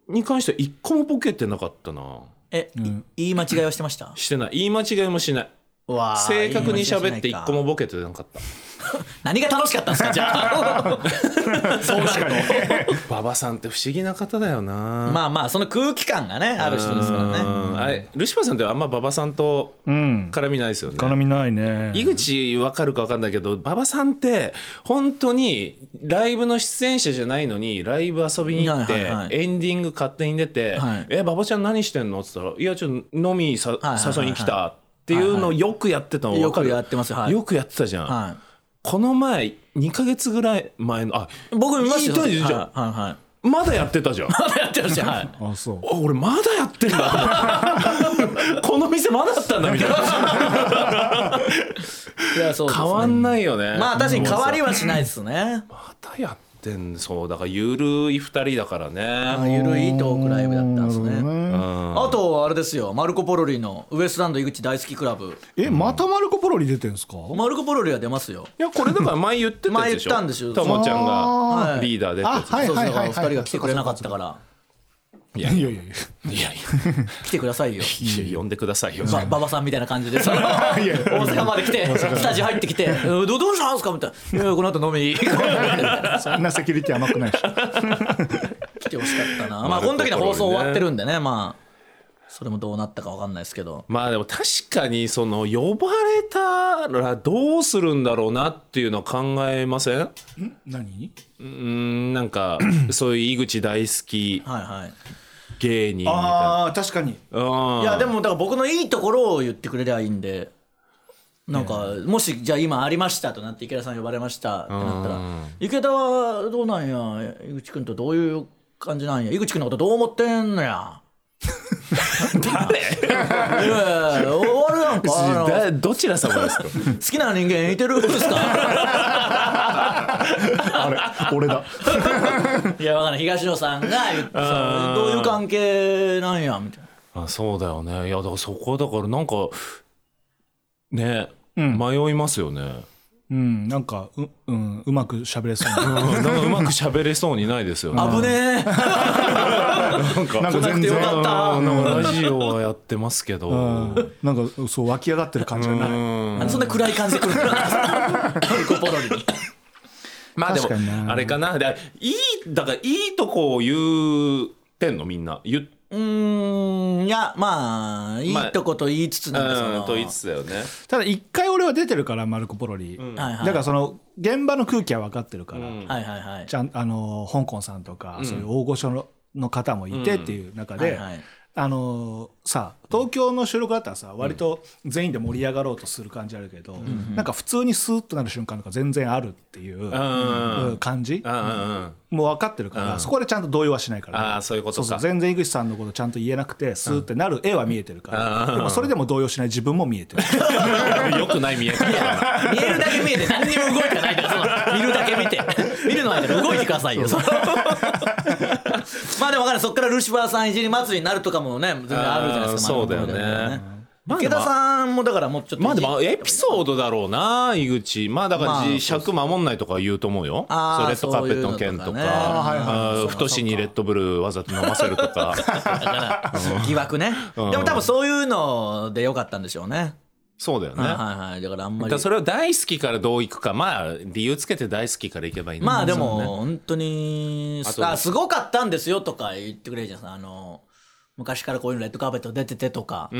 Speaker 1: に関しては一個もボケてなかったな
Speaker 3: え、い言い間違いはしてました
Speaker 1: してない言い間違いもしない
Speaker 3: わあ
Speaker 1: 正確に喋って
Speaker 3: 言い間違いしないか
Speaker 1: 一個もボケてなかった
Speaker 3: 何が楽しかったんですかじゃあ そうなる
Speaker 1: 馬場さんって不思議な方だよな
Speaker 3: とまあまあその空気感がねある人ですから
Speaker 1: うん
Speaker 3: ね
Speaker 1: あれルシファーさんってあんま馬場さんと
Speaker 2: うん
Speaker 1: 絡みないですよね
Speaker 2: 絡みないね
Speaker 1: 井口わかるかわかんないけど馬場さんって本当にライブの出演者じゃないのにライブ遊びに行っ
Speaker 3: はい
Speaker 1: て
Speaker 3: はいはい
Speaker 1: エンディング勝手に出て
Speaker 3: は
Speaker 1: 「
Speaker 3: い
Speaker 1: え馬場ちゃん何してんの?」っつったら「いやちょっと飲みさ
Speaker 3: はいはい
Speaker 1: 誘いに来た」っていうのをよくやってたの
Speaker 3: よ
Speaker 1: わか
Speaker 3: く
Speaker 1: る
Speaker 3: やってますよはい
Speaker 1: よくやってたじゃん
Speaker 3: は
Speaker 1: この前2ヶ月ぐらい前のあ
Speaker 3: い僕見ました
Speaker 1: いい人いるじゃん
Speaker 3: はいはいはい
Speaker 1: まだやってたじゃん。 あ
Speaker 3: まだやってるし、はい。
Speaker 2: あそう
Speaker 1: 俺まだやってんだと思 って。この店まだあったんだみたいな。
Speaker 3: いや、そうですね
Speaker 1: 変わんないよね。
Speaker 3: まあ、確かに変わりはしないですね。
Speaker 1: またやってんそうだからゆるい二人だからね。
Speaker 3: ゆるいトークライブだったんです
Speaker 2: なるほどね
Speaker 3: ね。
Speaker 1: あ
Speaker 3: あと、あれですよ、マルコ・ポロリのウエストランド井口大好きクラブ。
Speaker 2: えまたマルコ・ポロリ出てるんですか
Speaker 3: マルコ・ポロリは出ますよ。
Speaker 1: いやこれだから前言ってたやつでしょ。
Speaker 3: 前言ったんですよ
Speaker 1: ともちゃん
Speaker 2: あ
Speaker 1: が
Speaker 3: ー
Speaker 1: リーダーでってやつ
Speaker 2: あはい
Speaker 3: そうそう、お二人が来てくれなかったから、
Speaker 2: いやいやいやいや
Speaker 1: いやい
Speaker 3: 来てくださいよ。
Speaker 1: やいや呼んでくださいよ。
Speaker 3: ば馬場さんみたいな感じ で、その大阪まで来て、スタジオ入ってきて、えーどどうしたんですかみたいな、いやこの後飲み、
Speaker 2: そんなセキュリティ甘くないし
Speaker 3: 来てほしかったな、 まあ、この時の放送終わってるんでね、まあ、それもどうなったか分かんないですけど、
Speaker 1: まあでも確かにその呼ばれたらどうするんだろうなっていうのは考えませんう
Speaker 2: 何
Speaker 1: ーんなん かそういう井口大好き
Speaker 3: はいはい。
Speaker 1: 芸人みたいな。
Speaker 2: ああ確かに
Speaker 1: うん
Speaker 3: いやでもだから僕のいいところを言ってくれりゃいいんでなんかもしじゃあ今ありましたとなって池田さん呼ばれましたってなったら池田はどうなんや井口君とどういう感じなんや井口君のことどう思ってんのや誰いやいや終わるやんか あの好
Speaker 1: だどちら様 ですか
Speaker 3: きな人間いてるんですか
Speaker 2: あれ俺だ
Speaker 3: いやわかんない東野さんが言ってさどういう関係なんやみたいな
Speaker 1: あそうだよねいやだからそこだからなんかね、迷いますよね
Speaker 2: うんなんかう,、うん、うまく喋れそう
Speaker 1: うんなんかうまく喋れそうにないですよね
Speaker 3: 危ね
Speaker 1: な
Speaker 3: え
Speaker 1: んか
Speaker 2: なんか全然
Speaker 3: 来なくてよかった
Speaker 1: うんなんかラジオはやってますけど、う
Speaker 2: う
Speaker 1: ん
Speaker 2: んなんかそう湧き上がってる感じがない
Speaker 3: なんでそんな暗い感じ で来るのマルコポロリに
Speaker 1: まあでも
Speaker 2: 確かにな
Speaker 1: あれかなだいいだからいいとこを言ってんのみんな言っ
Speaker 3: うーんいやまあいいとこと言いつつなんかその、
Speaker 1: うんと言いつつだよね
Speaker 2: ただ一回俺は出てるからマルコ・ポロリ、
Speaker 3: はいはい
Speaker 2: だからその現場の空気は分かってるから、
Speaker 3: はいはいはい
Speaker 2: ちゃんあの香港さんとか、そういう大御所のの方もいてっていう中で、
Speaker 3: はいはい
Speaker 2: あのさ東京の収録だったらさ割と全員で盛り上がろうとする感じあるけど、なんか普通にスーッとなる瞬間とか全然あるっていう、
Speaker 1: ん
Speaker 2: うん感じ、
Speaker 1: うんうんうん
Speaker 2: もう分かってるから、そこでちゃんと同意はしないから、
Speaker 1: あーそういうこと
Speaker 2: そ
Speaker 1: か
Speaker 2: うそう全然井口さんのことちゃんと言えなくてスーッてなる絵は見えてるから、でもそれでも動揺しない自分も見えてる
Speaker 1: よくない見え方
Speaker 3: 見えるだけ見えて何にも動いてないからその見るだけ見て見るのはいいから動いてくださいよそのまあでも分かんないそっからルシファーさんいじり祭りになるとかもね全然あるじゃないですか
Speaker 1: あーそうだよね
Speaker 3: マルコポロリ
Speaker 1: まあでも
Speaker 3: だから池田さんもだからもうちょっと
Speaker 1: まあでもエピソードだろうな井口まあだから
Speaker 3: まあ
Speaker 1: じ尺守んないとかは言うと思うよ、
Speaker 3: あー
Speaker 1: それとカーペットの件と
Speaker 3: そう
Speaker 1: か
Speaker 3: いうのとかね
Speaker 2: あーはいはい
Speaker 1: あー太しにレッドブルわざと飲ませるとか
Speaker 3: 疑惑ねでも多分そういうのでよかったんでしょうね
Speaker 1: そうだよね、
Speaker 3: はいはいはいだからあんま
Speaker 1: だ
Speaker 3: り
Speaker 1: からそれを大好きからどういくかまあ理由つけて大好きからいけばいいんだ
Speaker 3: まあでも本当に
Speaker 1: あ
Speaker 3: す
Speaker 1: と
Speaker 3: あすごかったんですよとか言ってくれるじゃんあの昔からこういうのレッドカーペット出ててとか、
Speaker 1: うー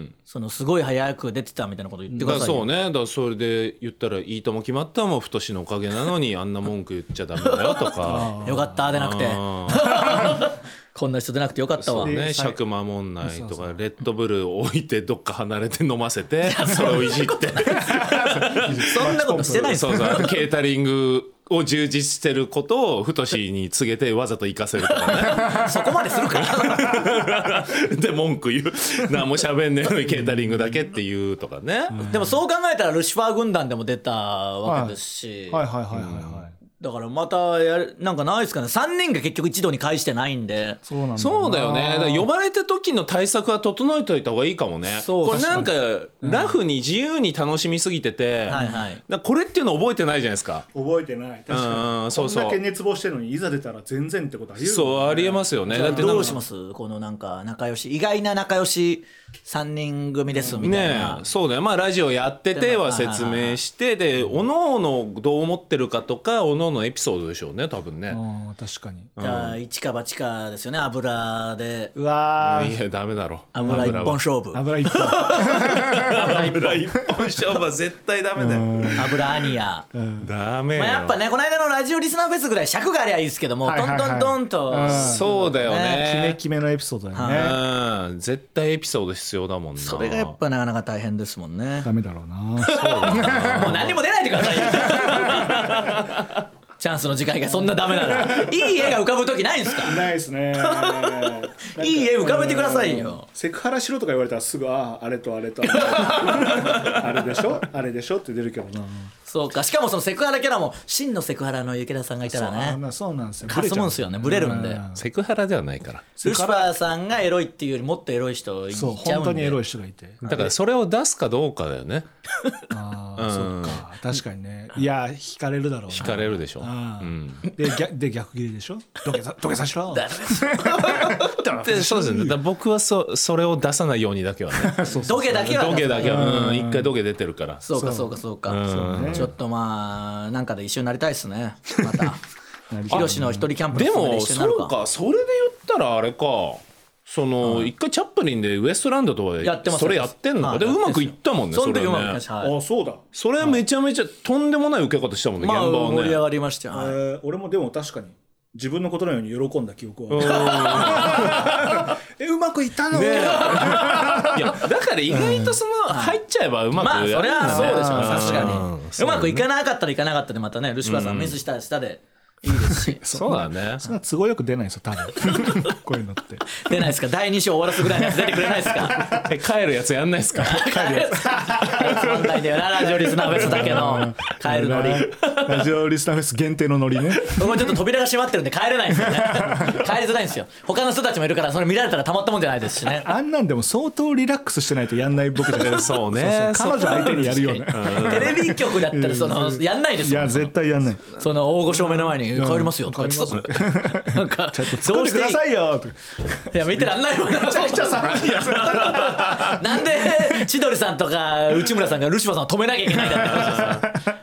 Speaker 1: ん
Speaker 3: そのすごい早く出てたみたいなこと言って
Speaker 1: だか
Speaker 3: く
Speaker 1: ら
Speaker 3: ださいよ
Speaker 1: そうねだからそれで言ったら「いいとも決まったもん太しのおかげなのにあんな文句言っちゃダメだよ」 とか
Speaker 3: よかったでなくて
Speaker 1: うん
Speaker 3: こんな人出なくてよかった
Speaker 1: そ
Speaker 3: わ
Speaker 1: うね尺守んないとかレッドブルを置いてどっか離れて飲ませ てそれをいじって
Speaker 3: そんなことしてないです
Speaker 1: そうそうケータリングを充実してることを太しに告げてわざと行かせると か
Speaker 3: そこまでするから
Speaker 1: ねで文句言う何も喋んねえのにケータリングだけって言うとかね、
Speaker 3: でもそう考えたらルシファー軍団でも出たわけですし、
Speaker 2: はいはいはいはいはい、
Speaker 3: だからまたやるなんかないですかね3人が結局一度に返してないんで
Speaker 2: そうなんだ
Speaker 1: そうだよねだから呼
Speaker 2: よ
Speaker 1: ばれた時の対策は整えておいた方がいいかもね
Speaker 3: そう
Speaker 1: これなんかラフに自由に楽しみすぎてて、
Speaker 3: はいはい
Speaker 1: だからこれっていうの覚えてないじゃないですか
Speaker 2: 覚えてない確
Speaker 1: うんうんそうそう
Speaker 2: こんだけ熱望してるのにいざ出たら全然ってことあり得る
Speaker 1: そうありえますよねだってなんか
Speaker 3: どうしますこのなんか仲良し意外な仲良し3人組ですみたいな、
Speaker 1: ねえそうだよまあラジオやってては説明してでおのおのどう思ってるかとかおのおのエピソードでしょうね多分ね、
Speaker 2: あー確かに
Speaker 3: じゃあ一か八かですよね油で
Speaker 2: うわ
Speaker 1: いやダメだろ
Speaker 3: 油一 本勝負
Speaker 2: ー油いっぱ
Speaker 1: 油油一本勝負は絶対ダメだよ
Speaker 3: 油アニア
Speaker 1: ダメよ、
Speaker 3: まあやっぱねこの間のラジオリスナーフェスぐらい尺がありゃいいですけども、
Speaker 2: はいはいはい
Speaker 3: トントントンと、
Speaker 1: そうだよ
Speaker 2: いキメ
Speaker 1: ね
Speaker 2: キメのエピソードだよね、
Speaker 1: うん絶対エピソード必要だもんな
Speaker 3: それがやっぱなかなか大変ですもんね
Speaker 2: ダメだろうな
Speaker 3: もう何にも出ないでくださいよチャンスの時間がそんなダメならいい絵が浮かぶ時ないんですか
Speaker 2: ないです ね
Speaker 3: いい絵浮かべてくださいよ
Speaker 2: うんセクハラしろとか言われたらすぐあああれとあれと あれあれでしょあれでしょって出るけどな
Speaker 3: そうかしかもそのセクハラキャラも真のセクハラの池田さんがいた
Speaker 2: あ
Speaker 3: らね
Speaker 2: まあそうなんですよ
Speaker 3: かすもんすよねブレるんで
Speaker 2: う
Speaker 1: セクハラではないから
Speaker 3: ルシファーさんがエロいっていうよりもっとエロい人いっちゃ
Speaker 2: そううん
Speaker 3: で
Speaker 2: 本当にエロい
Speaker 3: い
Speaker 2: 人がいて
Speaker 1: だからそれを出すかどうかだよね
Speaker 2: ああ、そっか確かにねいや惹かれるだろうな
Speaker 1: 惹かれるでしょ、
Speaker 2: ああ
Speaker 1: うん、
Speaker 2: で逆で逆切れでしょ土下座土下座しろ
Speaker 1: でそうですねだから僕はそそれを出さないようにだけはね
Speaker 3: 土下だけは
Speaker 1: 土下だけは、うん、一回土下出てるから
Speaker 3: そうかそうかそうか、ちょっとまあなんかで一緒になりたいですね またヒロシの一人キャンプ
Speaker 1: で
Speaker 3: の
Speaker 1: も
Speaker 3: 一緒に
Speaker 1: そ
Speaker 3: なる
Speaker 1: うかそれで言ったらあれかその一回チャップリンでウエストランドとか
Speaker 3: やって
Speaker 1: で
Speaker 3: ます
Speaker 1: それやってん
Speaker 3: は
Speaker 1: の
Speaker 3: い
Speaker 1: でうまくいったもんね
Speaker 3: その
Speaker 1: れ
Speaker 3: 時うまくいき
Speaker 1: ね
Speaker 3: ましたはい
Speaker 2: あそうだ、
Speaker 1: それはめちゃめちゃとんでもない受け方したもんね現
Speaker 3: まあ
Speaker 1: 場を
Speaker 3: 盛り上
Speaker 1: ね
Speaker 3: がりましたよはい
Speaker 2: えー俺もでも確かに自分のことのように喜んだ記憶
Speaker 1: うん
Speaker 2: は えうまくいったの、
Speaker 1: いやだから意外とその入っちゃえばうま
Speaker 3: まあ
Speaker 1: く
Speaker 3: そ
Speaker 1: や
Speaker 3: り
Speaker 1: るん
Speaker 3: ゃ
Speaker 1: だ
Speaker 3: そう
Speaker 1: ね
Speaker 3: でしょう確か
Speaker 1: うん
Speaker 3: にうまくいかなかったらいかなかったでまたねルシファーさんミスしたらしたでいいですし
Speaker 1: そうだね
Speaker 2: そんな都合よく出ないんですよ多 分こういうのって
Speaker 3: 出ないですか第2章終わらすぐらいのやつ出てくれないです か
Speaker 1: え帰るやつやんないっすか
Speaker 3: 帰るやつ問題だよなラジオリスナー別だけの帰るのり
Speaker 2: ラジオリスナーフェス限定のノリね
Speaker 3: 僕はちょっと扉が閉まってるんで帰れないんですよね帰りづらいんですよ他の人たちもいるからそれ見られたらたまったもんじゃないですしね
Speaker 2: あんなんでも相当リラックスしてないとやんない僕じゃない です
Speaker 1: そうね
Speaker 2: 彼女相手にやるよね
Speaker 3: テレビ局だったらそのやんないで
Speaker 2: い
Speaker 3: すよ
Speaker 2: や絶対やんない
Speaker 3: その大御所目の前に「帰りますよ」とか言ってた なんかど
Speaker 2: ど
Speaker 3: う
Speaker 2: う
Speaker 3: し
Speaker 2: しててく
Speaker 3: いい
Speaker 2: ださいよとか
Speaker 3: いや見てらんないわめちゃくちゃ寒いや なんで千鳥さんとか内村さんがルシファーさんを止めなきゃいけないんだって話ですよ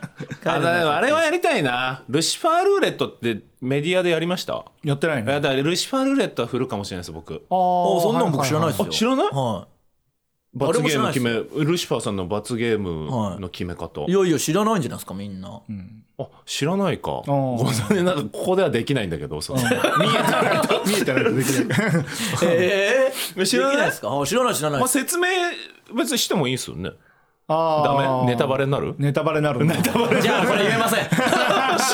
Speaker 1: あでもあれはやりたいなルシファールーレットってメディアでやりました
Speaker 2: やってない
Speaker 1: いや
Speaker 2: ね
Speaker 1: だからルシファールーレットは振るかもしれないです僕
Speaker 2: あ
Speaker 3: お
Speaker 2: ー
Speaker 3: そんなん僕知らな
Speaker 2: は
Speaker 3: いですよ
Speaker 1: あ知らない
Speaker 3: は
Speaker 1: 罰ゲーム
Speaker 3: あれも知
Speaker 1: 決
Speaker 3: ら
Speaker 1: めルシファーさんの罰ゲームの決め方、
Speaker 3: いいやいや知らないんじゃないですかみんな
Speaker 1: あ知らないか
Speaker 2: ー
Speaker 1: ご存知なんかここではできないんだけど その
Speaker 2: いはい見えてないとできない
Speaker 3: ええ
Speaker 1: 知らない
Speaker 3: できですかあ知らない知らない
Speaker 1: まあ説明別にしてもいいっすよね
Speaker 2: あー
Speaker 1: ダメネタバレになる
Speaker 2: ネタバレになるネタバレ
Speaker 3: じゃあこれ言えません
Speaker 1: 知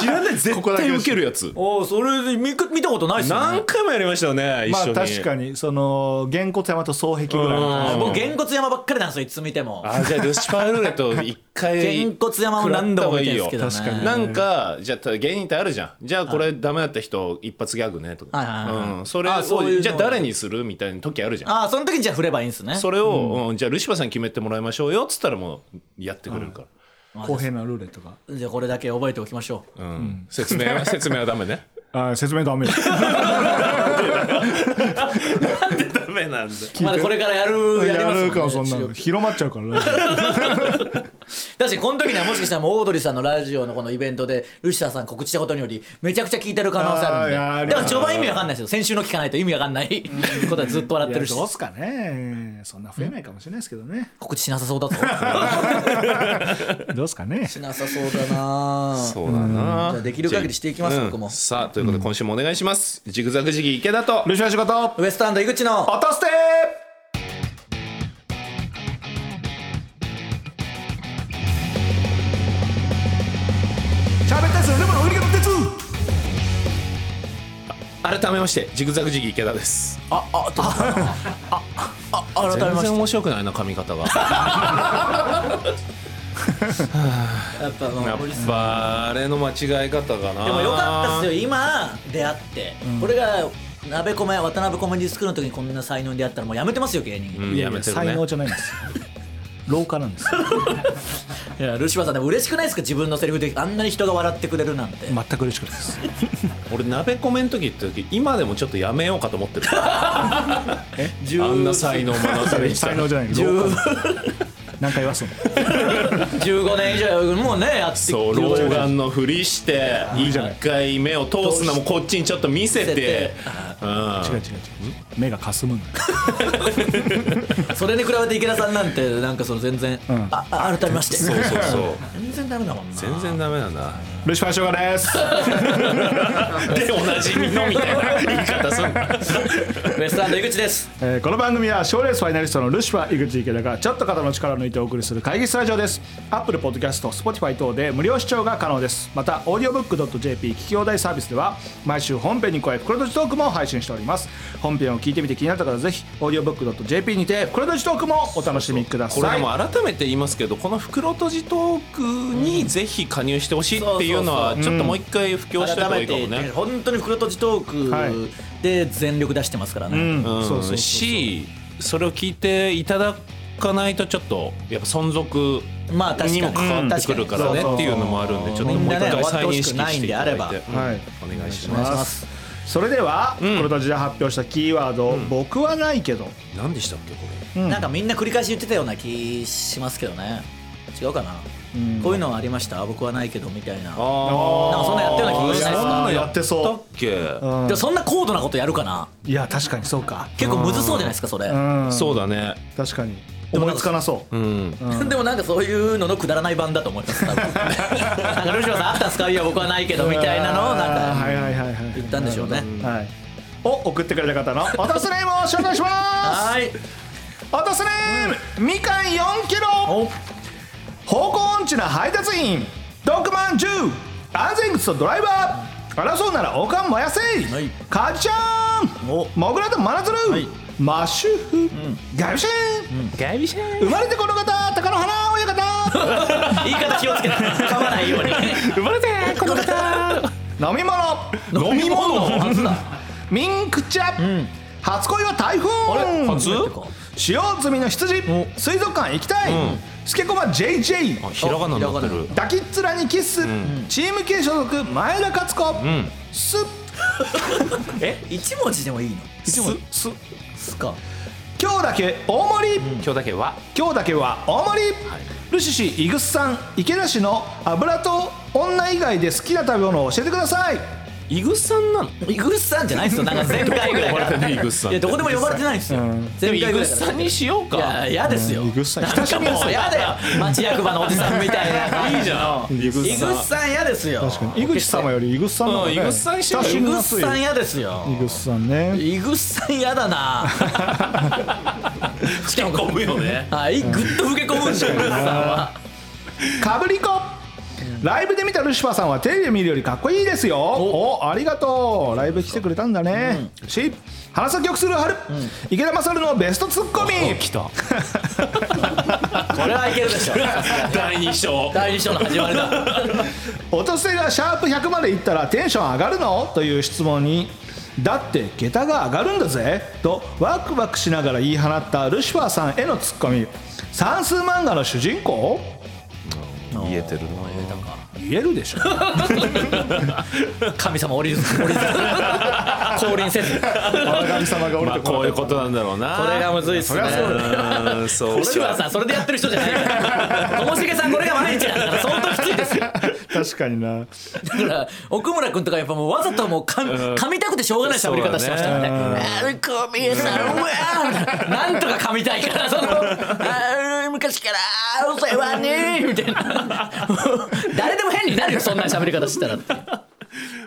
Speaker 1: らない絶
Speaker 2: こだけ
Speaker 1: 対受けるやつ
Speaker 3: おおそれで見見たことないっすよね
Speaker 1: 何回もやりましたよね一
Speaker 2: まあ
Speaker 1: 緒に
Speaker 2: 確かにそのげんこつ山と双璧ぐらいの
Speaker 1: うん
Speaker 3: 僕げんこつ山ばっかりなんですよいつ見ても
Speaker 1: あじゃあルシファールーレット一回
Speaker 3: げんこつ山も何度も見てるんですけどね
Speaker 2: 食らった方がいいよ確かに
Speaker 1: なんかじゃあ芸人ってあるじゃんじゃあこれダメだった人一発ギャグねと
Speaker 3: はいはいはいはい
Speaker 1: かうんそれ
Speaker 3: あそういう
Speaker 1: を
Speaker 3: の
Speaker 1: じゃあ誰にするみたいな時あるじゃん
Speaker 3: ああその時にじゃあ振ればいいんですね
Speaker 1: それをうんじゃあルシファーさん決めてもらいましょうよっつったらもうやってくれるから
Speaker 2: 公平なルーレットが
Speaker 3: じゃあこれだけ覚えておきましょう
Speaker 1: うん説明は説明はダメね
Speaker 2: あー説明ダメ
Speaker 1: ダメなんだ
Speaker 3: まだこれからやるやりますもんね
Speaker 2: やるかそんなの広まっちゃうからラジオ
Speaker 3: 確かにこの時にはもしかしたらもうオードリーさんのラジオのこのイベントでルシターさん告知したことによりめちゃくちゃ聞いてる可能性あるんで
Speaker 2: あーいやあり
Speaker 3: だ
Speaker 2: ま
Speaker 3: か
Speaker 2: す
Speaker 3: ら序盤意味わかんないですよ先週の聞かないと意味わかんないことはずっと笑ってるし
Speaker 2: どうすかねそんな増えないかもしれないですけどね
Speaker 3: 告知しなさそうだぞ
Speaker 2: どうすかね
Speaker 3: しなさそうだな
Speaker 1: そうだな
Speaker 3: じゃあできる限りしていきます
Speaker 1: うん
Speaker 3: 僕も
Speaker 1: さあということで今週もお願いしますジグザグジギー池田と
Speaker 2: ルシファー仕事
Speaker 3: ウエストランド井口の
Speaker 2: 落として喋ったやつでもの売り方鉄
Speaker 1: 改めましてジグザグジギー池田です
Speaker 3: あああああ改め
Speaker 1: 全
Speaker 3: ま
Speaker 1: 然
Speaker 3: し
Speaker 1: 面白くないな髪 型が
Speaker 3: たやっぱもう
Speaker 1: やっぱあれの間違い方かな
Speaker 3: でもよかったっすよ今出会って、これが鍋米渡辺コメディスクールの時にこんな才能に出会ったらもうやめてますよ芸人、
Speaker 1: うん、やめてる
Speaker 2: 才
Speaker 1: ね
Speaker 2: 能じゃないんです廊下 なんです
Speaker 3: いやルシファーさんでも嬉しくないですか自分のセリフであんなに人が笑ってくれるなんて、
Speaker 2: 全く嬉しくないです
Speaker 1: 俺鍋コメント時って時今でもちょっとやめようかと思って るあんな才能もなされて
Speaker 2: 才能じゃないけど廊下 何回言わすの
Speaker 3: 15年以上もうねやってきて
Speaker 1: そう老眼のふりして
Speaker 2: いいじゃない
Speaker 1: 一回目を通すのもこっちにちょっと見せ
Speaker 3: 見せて
Speaker 1: てあ
Speaker 2: 違う違う違う目がかすむんだよ
Speaker 3: それに比べて池田さんなんてなんかその全然、
Speaker 2: ん
Speaker 3: ああ改めまして
Speaker 1: そうそうそう
Speaker 3: 全然ダメだもんな
Speaker 1: 全然ダメなんだ
Speaker 2: ルシファーショガです
Speaker 1: でおなじみのみたいな言い方すんな
Speaker 3: ウエストランド井口です
Speaker 2: えーこの番組は賞レースファイナリストのルシファー井口池田がちょっと肩の力を抜いてお送りする会議スタジオですアップルポッドキャスト Spotify 等で無料視聴が可能ですまた audiobook.jp 聞き放題サービスでは毎週本編に加え袋とじトークも配信しております本編を聞いてみて気になった方はぜひ audiobook.jp にて袋とじトークもお楽しみくださ
Speaker 1: これで
Speaker 2: い
Speaker 1: も改めて言いますけどこの袋とじトークにぜひ加入してほしいっていうのは
Speaker 3: そう
Speaker 1: ちょっともう一回布教してた方がいいかもね
Speaker 3: 本当に袋とじト
Speaker 2: はい
Speaker 3: ークで全力出してますからね、
Speaker 2: うん
Speaker 1: うん
Speaker 2: そうそう
Speaker 1: しそれを聞いていただかないとちょっとやっぱ存続
Speaker 3: まあ確かに
Speaker 1: にも関わってくるからね
Speaker 2: うん
Speaker 1: っていうのもあるんでちょっと
Speaker 3: みん
Speaker 1: もう
Speaker 3: な
Speaker 1: 一
Speaker 3: ね
Speaker 1: 回再認識
Speaker 3: 終わってほしくない
Speaker 1: し
Speaker 3: ん
Speaker 1: てい
Speaker 3: で
Speaker 1: た
Speaker 3: あれ
Speaker 1: だい
Speaker 3: ば
Speaker 1: て
Speaker 2: はい
Speaker 1: うんお願いし
Speaker 3: お願い
Speaker 1: ま
Speaker 3: し
Speaker 1: す
Speaker 3: ます
Speaker 2: それでは、
Speaker 1: ん
Speaker 2: 袋とじで発表したキーワード、僕はないけど、
Speaker 1: 何でしたっけこれ
Speaker 2: うん
Speaker 3: なんかみんな繰り返し言ってたような気しますけどね違うかな、
Speaker 2: ん
Speaker 3: こういうのはありました僕はないけどみたいな
Speaker 1: あ
Speaker 2: ー
Speaker 3: なんかそんなやってるような気がしないですか
Speaker 2: そんなのやって
Speaker 1: だっ
Speaker 2: そ
Speaker 1: け
Speaker 2: う、うん
Speaker 3: でもそんな高度なことやるかない
Speaker 2: や確かにそうか
Speaker 3: 結構むずそうじゃないですかそれ、
Speaker 2: うん
Speaker 1: そうだね
Speaker 2: 確かに
Speaker 3: でも
Speaker 2: 思
Speaker 3: ないんか
Speaker 2: つかなそう
Speaker 1: うん
Speaker 3: でもなんかそういうののくだらない版だと思います多分なんかルシファーさんあったんですかいや僕はないけどみたいな のをなん
Speaker 2: はいはい
Speaker 3: か
Speaker 2: はいはい
Speaker 3: 言ったんでしょうね
Speaker 2: はいを送ってくれた方のおたすネームを紹介します
Speaker 3: はい
Speaker 2: おたすネームみかん4キロ方向音痴な配達員ドッグマン10アンゼングスとドライバー争うならおかん燃やせ
Speaker 3: はい
Speaker 2: カジちゃん
Speaker 3: お
Speaker 2: モグラとマナズル
Speaker 3: い
Speaker 2: マッシュフガビシェン
Speaker 1: ガビシャ
Speaker 2: 生まれてこの方貴乃花親方
Speaker 3: 言い方気をつけて噛まないように
Speaker 1: 生まれてこの方
Speaker 2: 飲み物
Speaker 3: 飲み物の初だ
Speaker 2: ミンクチャ、初恋は台
Speaker 1: あれ
Speaker 2: 風
Speaker 1: 初
Speaker 2: 使用済みの羊水族館行きたい、
Speaker 1: うん
Speaker 2: スケコバ JJ
Speaker 1: あひらがなになってる
Speaker 2: 抱きっ面にキス、チーム系所属前田勝子、
Speaker 1: ん
Speaker 2: す
Speaker 3: え一文字でもいいの
Speaker 1: すす
Speaker 3: すか
Speaker 2: 今日だけ大盛り、
Speaker 1: 今日だけは
Speaker 2: 今日だけは大盛り、ルシシイグスさん池田市の油と女以外で好きな食べ物を教えてください
Speaker 1: イグスさんなの
Speaker 3: イグスさんじゃないですよなんか前回ぐらいから
Speaker 1: どこで呼ばれてんのイグスさん
Speaker 3: いやどこでも呼ばれてないですよ
Speaker 1: でも
Speaker 3: 前
Speaker 1: イ
Speaker 3: 回ぐ
Speaker 1: グ
Speaker 3: らい
Speaker 1: ス
Speaker 3: か
Speaker 1: さ
Speaker 3: ら
Speaker 1: んにしよう
Speaker 3: いや
Speaker 1: か
Speaker 3: 嫌ですよ
Speaker 2: イグスさん
Speaker 3: なんかもう嫌だよ町役場のおじさんみたいない
Speaker 1: いいじゃんイグ
Speaker 3: イ
Speaker 1: ス
Speaker 3: グス
Speaker 1: さ
Speaker 3: さん嫌ですよ
Speaker 2: 井口様よりイグスさんの方が、ね
Speaker 1: うんイグスさんにしよう
Speaker 2: 親
Speaker 3: イ
Speaker 2: しみ
Speaker 3: グ
Speaker 2: やす
Speaker 3: ス
Speaker 2: い
Speaker 3: さん嫌ですよ
Speaker 2: イグスさんね
Speaker 3: イグスさん嫌だな
Speaker 1: ん吹き込むよね
Speaker 3: はいぐっと老け込むんじゃんイグスさんは
Speaker 2: かぶりこライブで見たルシファーさんはテレビで見るよりかっこいいですよおありがとうライブ来てくれたんだね、し花咲曲する春、池田勝のベストツッコミ
Speaker 1: 来 た
Speaker 3: これはいけるでしょ
Speaker 1: 第二章
Speaker 3: 第二章の始まりだ
Speaker 2: 音声がシャープ100までいったらテンション上がるのという質問にだって下駄が上がるんだぜとワクワクしながら言い放ったルシファーさんへのツッコミ算数漫画の主人公
Speaker 1: 言えてるな
Speaker 2: 言えるでしょ
Speaker 3: 神様降りず降りず降臨せずこ
Speaker 2: 神様が
Speaker 1: まあこういうことなんだろうな
Speaker 3: れがむずいっすね
Speaker 1: うんそう
Speaker 3: 吉村さんそれでやってる人じゃないからともしげさんこれが毎日なんだから相当きついですよ
Speaker 2: 確かにな
Speaker 3: だから奥村君とかやっぱもうわざともうか噛みたくてしょうがない喋り方してましたからね
Speaker 1: そ
Speaker 3: 「アルコミエさんうわー」なんとか噛みたいからそのあー昔からお世話にみたいな 誰でも変になるよそんな喋り方してたらって
Speaker 1: あ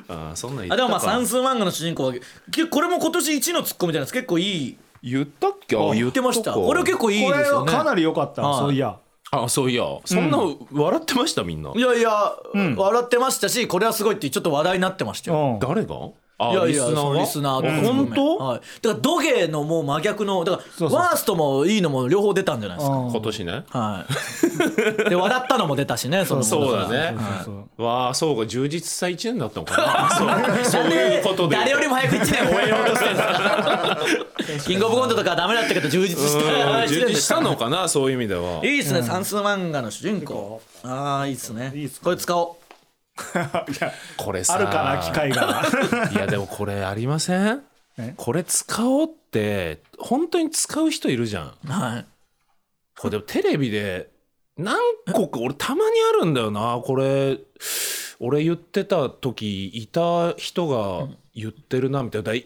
Speaker 1: ーそんなん言
Speaker 3: あ
Speaker 1: っ
Speaker 3: で
Speaker 1: た
Speaker 3: もまあ
Speaker 1: か
Speaker 3: 算数漫画の主人公はけこれも今年一のツッコミじゃないです結構いい
Speaker 1: 言ったっけあ
Speaker 3: 言ってましたこれ結構いい
Speaker 2: こ
Speaker 3: で
Speaker 2: れ
Speaker 3: すよ
Speaker 2: は
Speaker 3: ね
Speaker 2: かなり良かった、
Speaker 3: はい
Speaker 2: そういや
Speaker 1: あそういやそんな笑ってましたみんない
Speaker 3: やいや、笑ってましたしこれはすごいってちょっと話題になってました
Speaker 2: う
Speaker 3: よ
Speaker 2: ん
Speaker 1: 誰があ
Speaker 3: いやい
Speaker 1: リス
Speaker 3: や、
Speaker 1: ナー
Speaker 3: そ
Speaker 1: が
Speaker 3: のリスナーとかも
Speaker 1: 本
Speaker 3: 含
Speaker 1: 当
Speaker 3: めはい。だから、土下のもう真逆の、だから、
Speaker 2: うそう
Speaker 3: ワーストもいいのも両方出たんじゃないですか。
Speaker 1: 今年ね
Speaker 3: はい。 で、笑ったのも出たしね、その。
Speaker 1: そうだね
Speaker 2: そうそう
Speaker 1: わあそうか充実した一年だったの かなそうそういうことで
Speaker 3: 誰よりも早く1年終えようとしてるんですかキングオブコントとかはダメだったけど充実し
Speaker 1: う
Speaker 3: た
Speaker 1: ん
Speaker 3: 一
Speaker 1: 充
Speaker 3: 年で
Speaker 1: 実
Speaker 3: し
Speaker 1: したたのかなそういう意味ではい
Speaker 3: いですね、算数漫画の主人公ああいいですね
Speaker 2: いいっすね
Speaker 3: これ使おう
Speaker 1: これさ
Speaker 2: あるかな機会 が
Speaker 1: いやでもこれありません
Speaker 2: え
Speaker 1: これ使おうって本当に使う人いるじゃん
Speaker 3: はい
Speaker 1: これでもテレビで何個か俺たまにあるんだよなこれ俺言ってた時いた人が言ってるなみたいなだい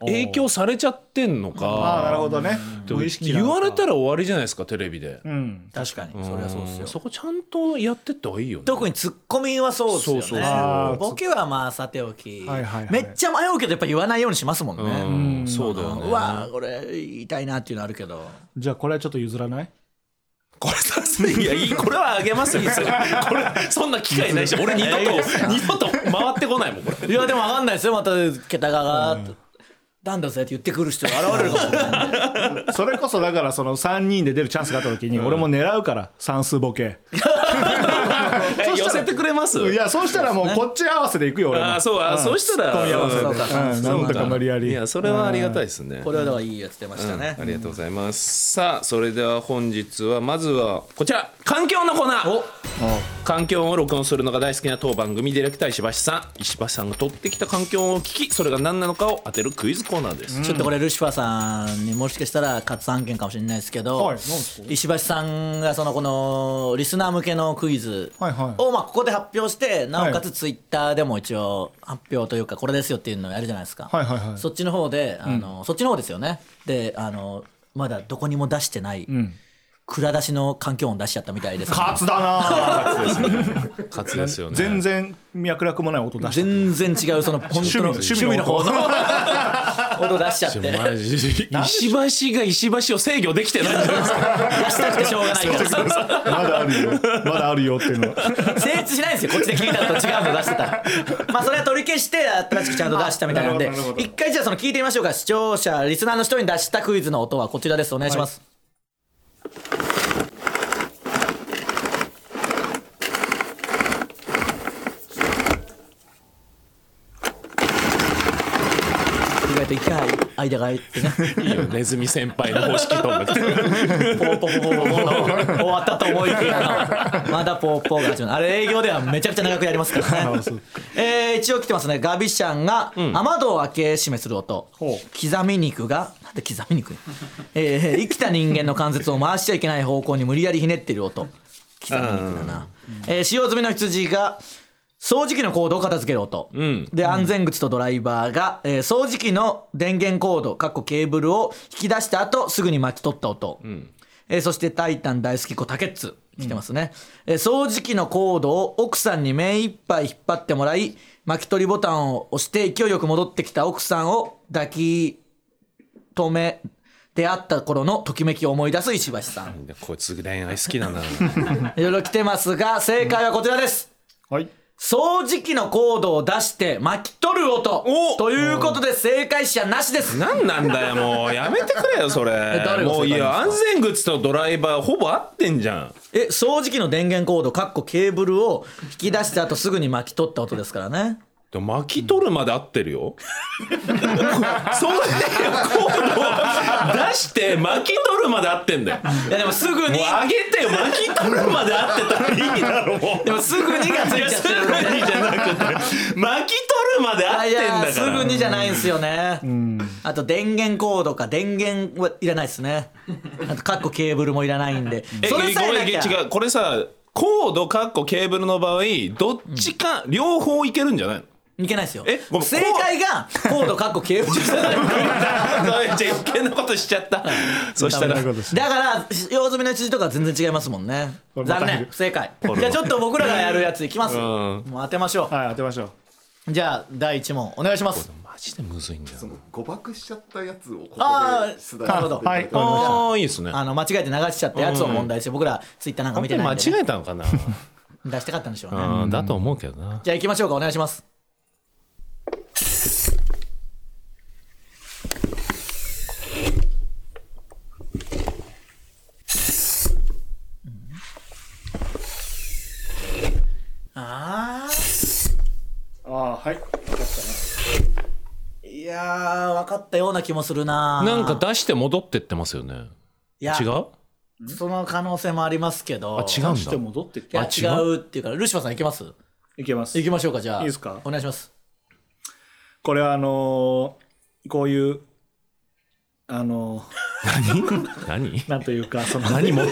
Speaker 1: 影響されちゃってんの
Speaker 2: ああなる
Speaker 1: か
Speaker 2: ほどね
Speaker 1: でも
Speaker 2: 無意識
Speaker 1: 言
Speaker 2: なのか
Speaker 1: われたら終わりじゃないですかテレビで
Speaker 2: うん
Speaker 3: 確かにそれはそうですよ
Speaker 1: んそこちゃんとやってった方がいいよね
Speaker 3: 特にツッコミはそうですよね
Speaker 1: そうそう
Speaker 2: そうあー
Speaker 3: ボケはまあさておき、
Speaker 2: はいはいはい
Speaker 3: めっちゃ迷うけどやっぱ言わないようにしますもんね、
Speaker 1: うんそうだよね
Speaker 3: うわこれ言いたいなっていうのあるけど
Speaker 2: じゃあこれはちょっと譲らない
Speaker 1: これさすがにいやいいこれはあげますよ別にこれ そんな機会ないし俺二度と二度と回ってこないもんこれ
Speaker 3: いやでも分かんないですよまた桁ががーっとなんだぜって言ってくる人が現れるかもしれない
Speaker 2: それこそだからその3人で出るチャンスがあった時に俺も狙うから算数ボケ
Speaker 1: え寄せてくれます
Speaker 2: いやそうしたらもうこっち合わせでいくよ俺も
Speaker 1: ああそうあ
Speaker 2: ん
Speaker 1: そうしたら
Speaker 2: ツッコミ合わせで
Speaker 3: そうか
Speaker 2: うんなんとか無理やり
Speaker 1: いやそれはありがたいですね
Speaker 3: これはだからいいやつ出ましたね、
Speaker 1: ありがとうございます。さあ、それでは本日はまずはこちら環境のコーナー。環境音を録音するのが大好きな当番組ディレクター石橋さん石橋さんが取ってきた環境音を聞きそれが何なのかを当てるクイズコーナーです、
Speaker 3: ちょっとこれルシファーさんにもしかしたら勝つ案件かもしれないですけど、
Speaker 2: はいなんですか
Speaker 3: 石橋さんがそのこのリスナー向けのクイズ
Speaker 2: はいはい
Speaker 3: をまあここで発表してなおか
Speaker 2: は
Speaker 3: つツイッターでも一応発表というかこれですよっていうのをやるじゃないですか、
Speaker 2: はいはいはい
Speaker 3: そっちの方であの、そっちの方ですよねであのまだどこにも出してない、蔵出しの環境音出しちゃったみたいです
Speaker 2: カツだなぁ
Speaker 1: 勝つですよね
Speaker 2: 全然脈絡もない音出して
Speaker 3: 全然違うその本当の
Speaker 2: 趣
Speaker 3: 趣
Speaker 2: 味
Speaker 3: 味
Speaker 2: の
Speaker 3: の
Speaker 2: 方
Speaker 3: 方の音出しちゃって出
Speaker 1: マジ石橋が石橋を制御できてないんじゃないですか
Speaker 3: したくてしょうがないから
Speaker 2: まだあるよまだあるよっていうのは
Speaker 3: 成立しないんですよこっちで聞いたのと違うの出してたらまあそれは取り消して新しくちゃんと出したみたいなんで
Speaker 2: なるほどなるほど
Speaker 3: 一回じゃあその聞いてみましょうか視聴者リスナーの人に出したクイズの音はこちらですお願いします、意外と一回間が空いてね
Speaker 1: いいよネズミ先輩の方式とか
Speaker 3: ポーポーポーポーポーの終わったと思いきやのまだポーポーが始まるあれ営業ではめちゃくちゃ長くやりますからねえー一応来てますねガビシャンが雨戸を開け閉めする音、刻み肉がなんで刻み肉、えー生きた人間の関節を回しちゃいけない方向に無理やりひねってる音刻み肉だな、えー使用済みの羊が掃除機のコードを片付ける音、で安全口とドライバーが、えー掃除機の電源コードかっこケーブルを引き出した後すぐに巻き取った音、えーそして「タイタン大好き子タケッツ」来てますね、えー掃除機のコードを奥さんに目いっぱい引っ張ってもらい巻き取りボタンを押して勢いよく戻ってきた奥さんを抱き止め出会った頃のときめきを思い出す石橋さん
Speaker 1: こいつ恋愛好きだな
Speaker 3: いろいろ来てますが正解はこちらです、
Speaker 2: はい
Speaker 3: 掃除機のコードを出して巻き取る音
Speaker 1: お
Speaker 3: ということで正解者なしです
Speaker 1: 何なんだよもうやめてくれよそれ
Speaker 3: 誰が正解
Speaker 1: もういや
Speaker 3: なん
Speaker 1: 安
Speaker 3: で
Speaker 1: 全靴とドライバーほぼ合ってんじゃん
Speaker 3: え掃除機の電源コードかっこケーブルを引き出した後すぐに巻き取った音ですからね
Speaker 1: でも巻き取るまで合ってる よ。そうコードを出して巻き取るまで合ってんだよ。もう
Speaker 3: いやでもすぐに
Speaker 1: 上げてよ巻き取るまで合ってたらいいだろも
Speaker 3: でもすぐにがつ
Speaker 1: う。い
Speaker 3: い
Speaker 1: や
Speaker 3: ちゃっ
Speaker 1: す
Speaker 3: て
Speaker 1: ぐ
Speaker 3: るのね
Speaker 1: にじゃなくて巻き取るまで合っ
Speaker 3: あい
Speaker 1: てん
Speaker 3: や
Speaker 1: だ
Speaker 3: す
Speaker 1: から。
Speaker 3: ぐにじゃないんですよねあと電源コードか電源はいらないですねあとかっこケーブルもいらないんで
Speaker 1: え
Speaker 3: それさえ
Speaker 1: ごめ
Speaker 3: なんきゃ
Speaker 1: 違うこれさコードかっこケーブルの場合どっちか両方いけるんじゃないの？
Speaker 3: いけないですよ
Speaker 1: えごめん
Speaker 3: 正解がコードかっこケーブルじゃない
Speaker 1: じゃあ余計なことしちゃった。そしたら
Speaker 2: ダメなことし
Speaker 3: だから用済みの羊とかは全然違いますもんね
Speaker 2: これまた
Speaker 3: 残
Speaker 2: 見
Speaker 3: 念
Speaker 2: る
Speaker 3: 不正解じゃあちょっと僕らがやるやついきますもう当てましょ
Speaker 2: はい当てましょう
Speaker 3: うじゃあ第1問お願いします
Speaker 1: マジでむずいんだよ
Speaker 4: そ。の誤爆しちゃったやつをここ
Speaker 3: あ
Speaker 4: で
Speaker 3: ー
Speaker 4: 出題させていた
Speaker 2: な
Speaker 4: だいて
Speaker 2: るほどはい
Speaker 1: ああいいですね。
Speaker 3: あの間違えて流しちゃったやつを問題にして僕らツイッターなんか
Speaker 1: 本
Speaker 3: 見
Speaker 1: 当
Speaker 3: て
Speaker 1: に
Speaker 3: ない
Speaker 1: 間
Speaker 3: んでね
Speaker 1: 違えたのかな。
Speaker 3: 出したかったんでしょうね
Speaker 1: うんだと思うけどな。
Speaker 3: じゃあ行きましょうかお願いしますああ
Speaker 2: ああはい
Speaker 3: いやー、分かったような気もするな。
Speaker 1: なんか、出して戻ってってますよね。
Speaker 3: いや
Speaker 1: 違う？
Speaker 3: その可能性もありますけど。
Speaker 1: あ違
Speaker 3: う。
Speaker 1: うん
Speaker 2: して
Speaker 1: だ。
Speaker 2: 戻ってき
Speaker 3: いや、違
Speaker 1: 違
Speaker 3: うっていうから、ルシファーさん行けます
Speaker 2: いけます
Speaker 3: 行きましょうか、じゃあ。
Speaker 2: いいですか
Speaker 3: お願いします。
Speaker 2: これはあのーこういうあの
Speaker 1: 何？
Speaker 2: ーなんというかその
Speaker 1: 何もたも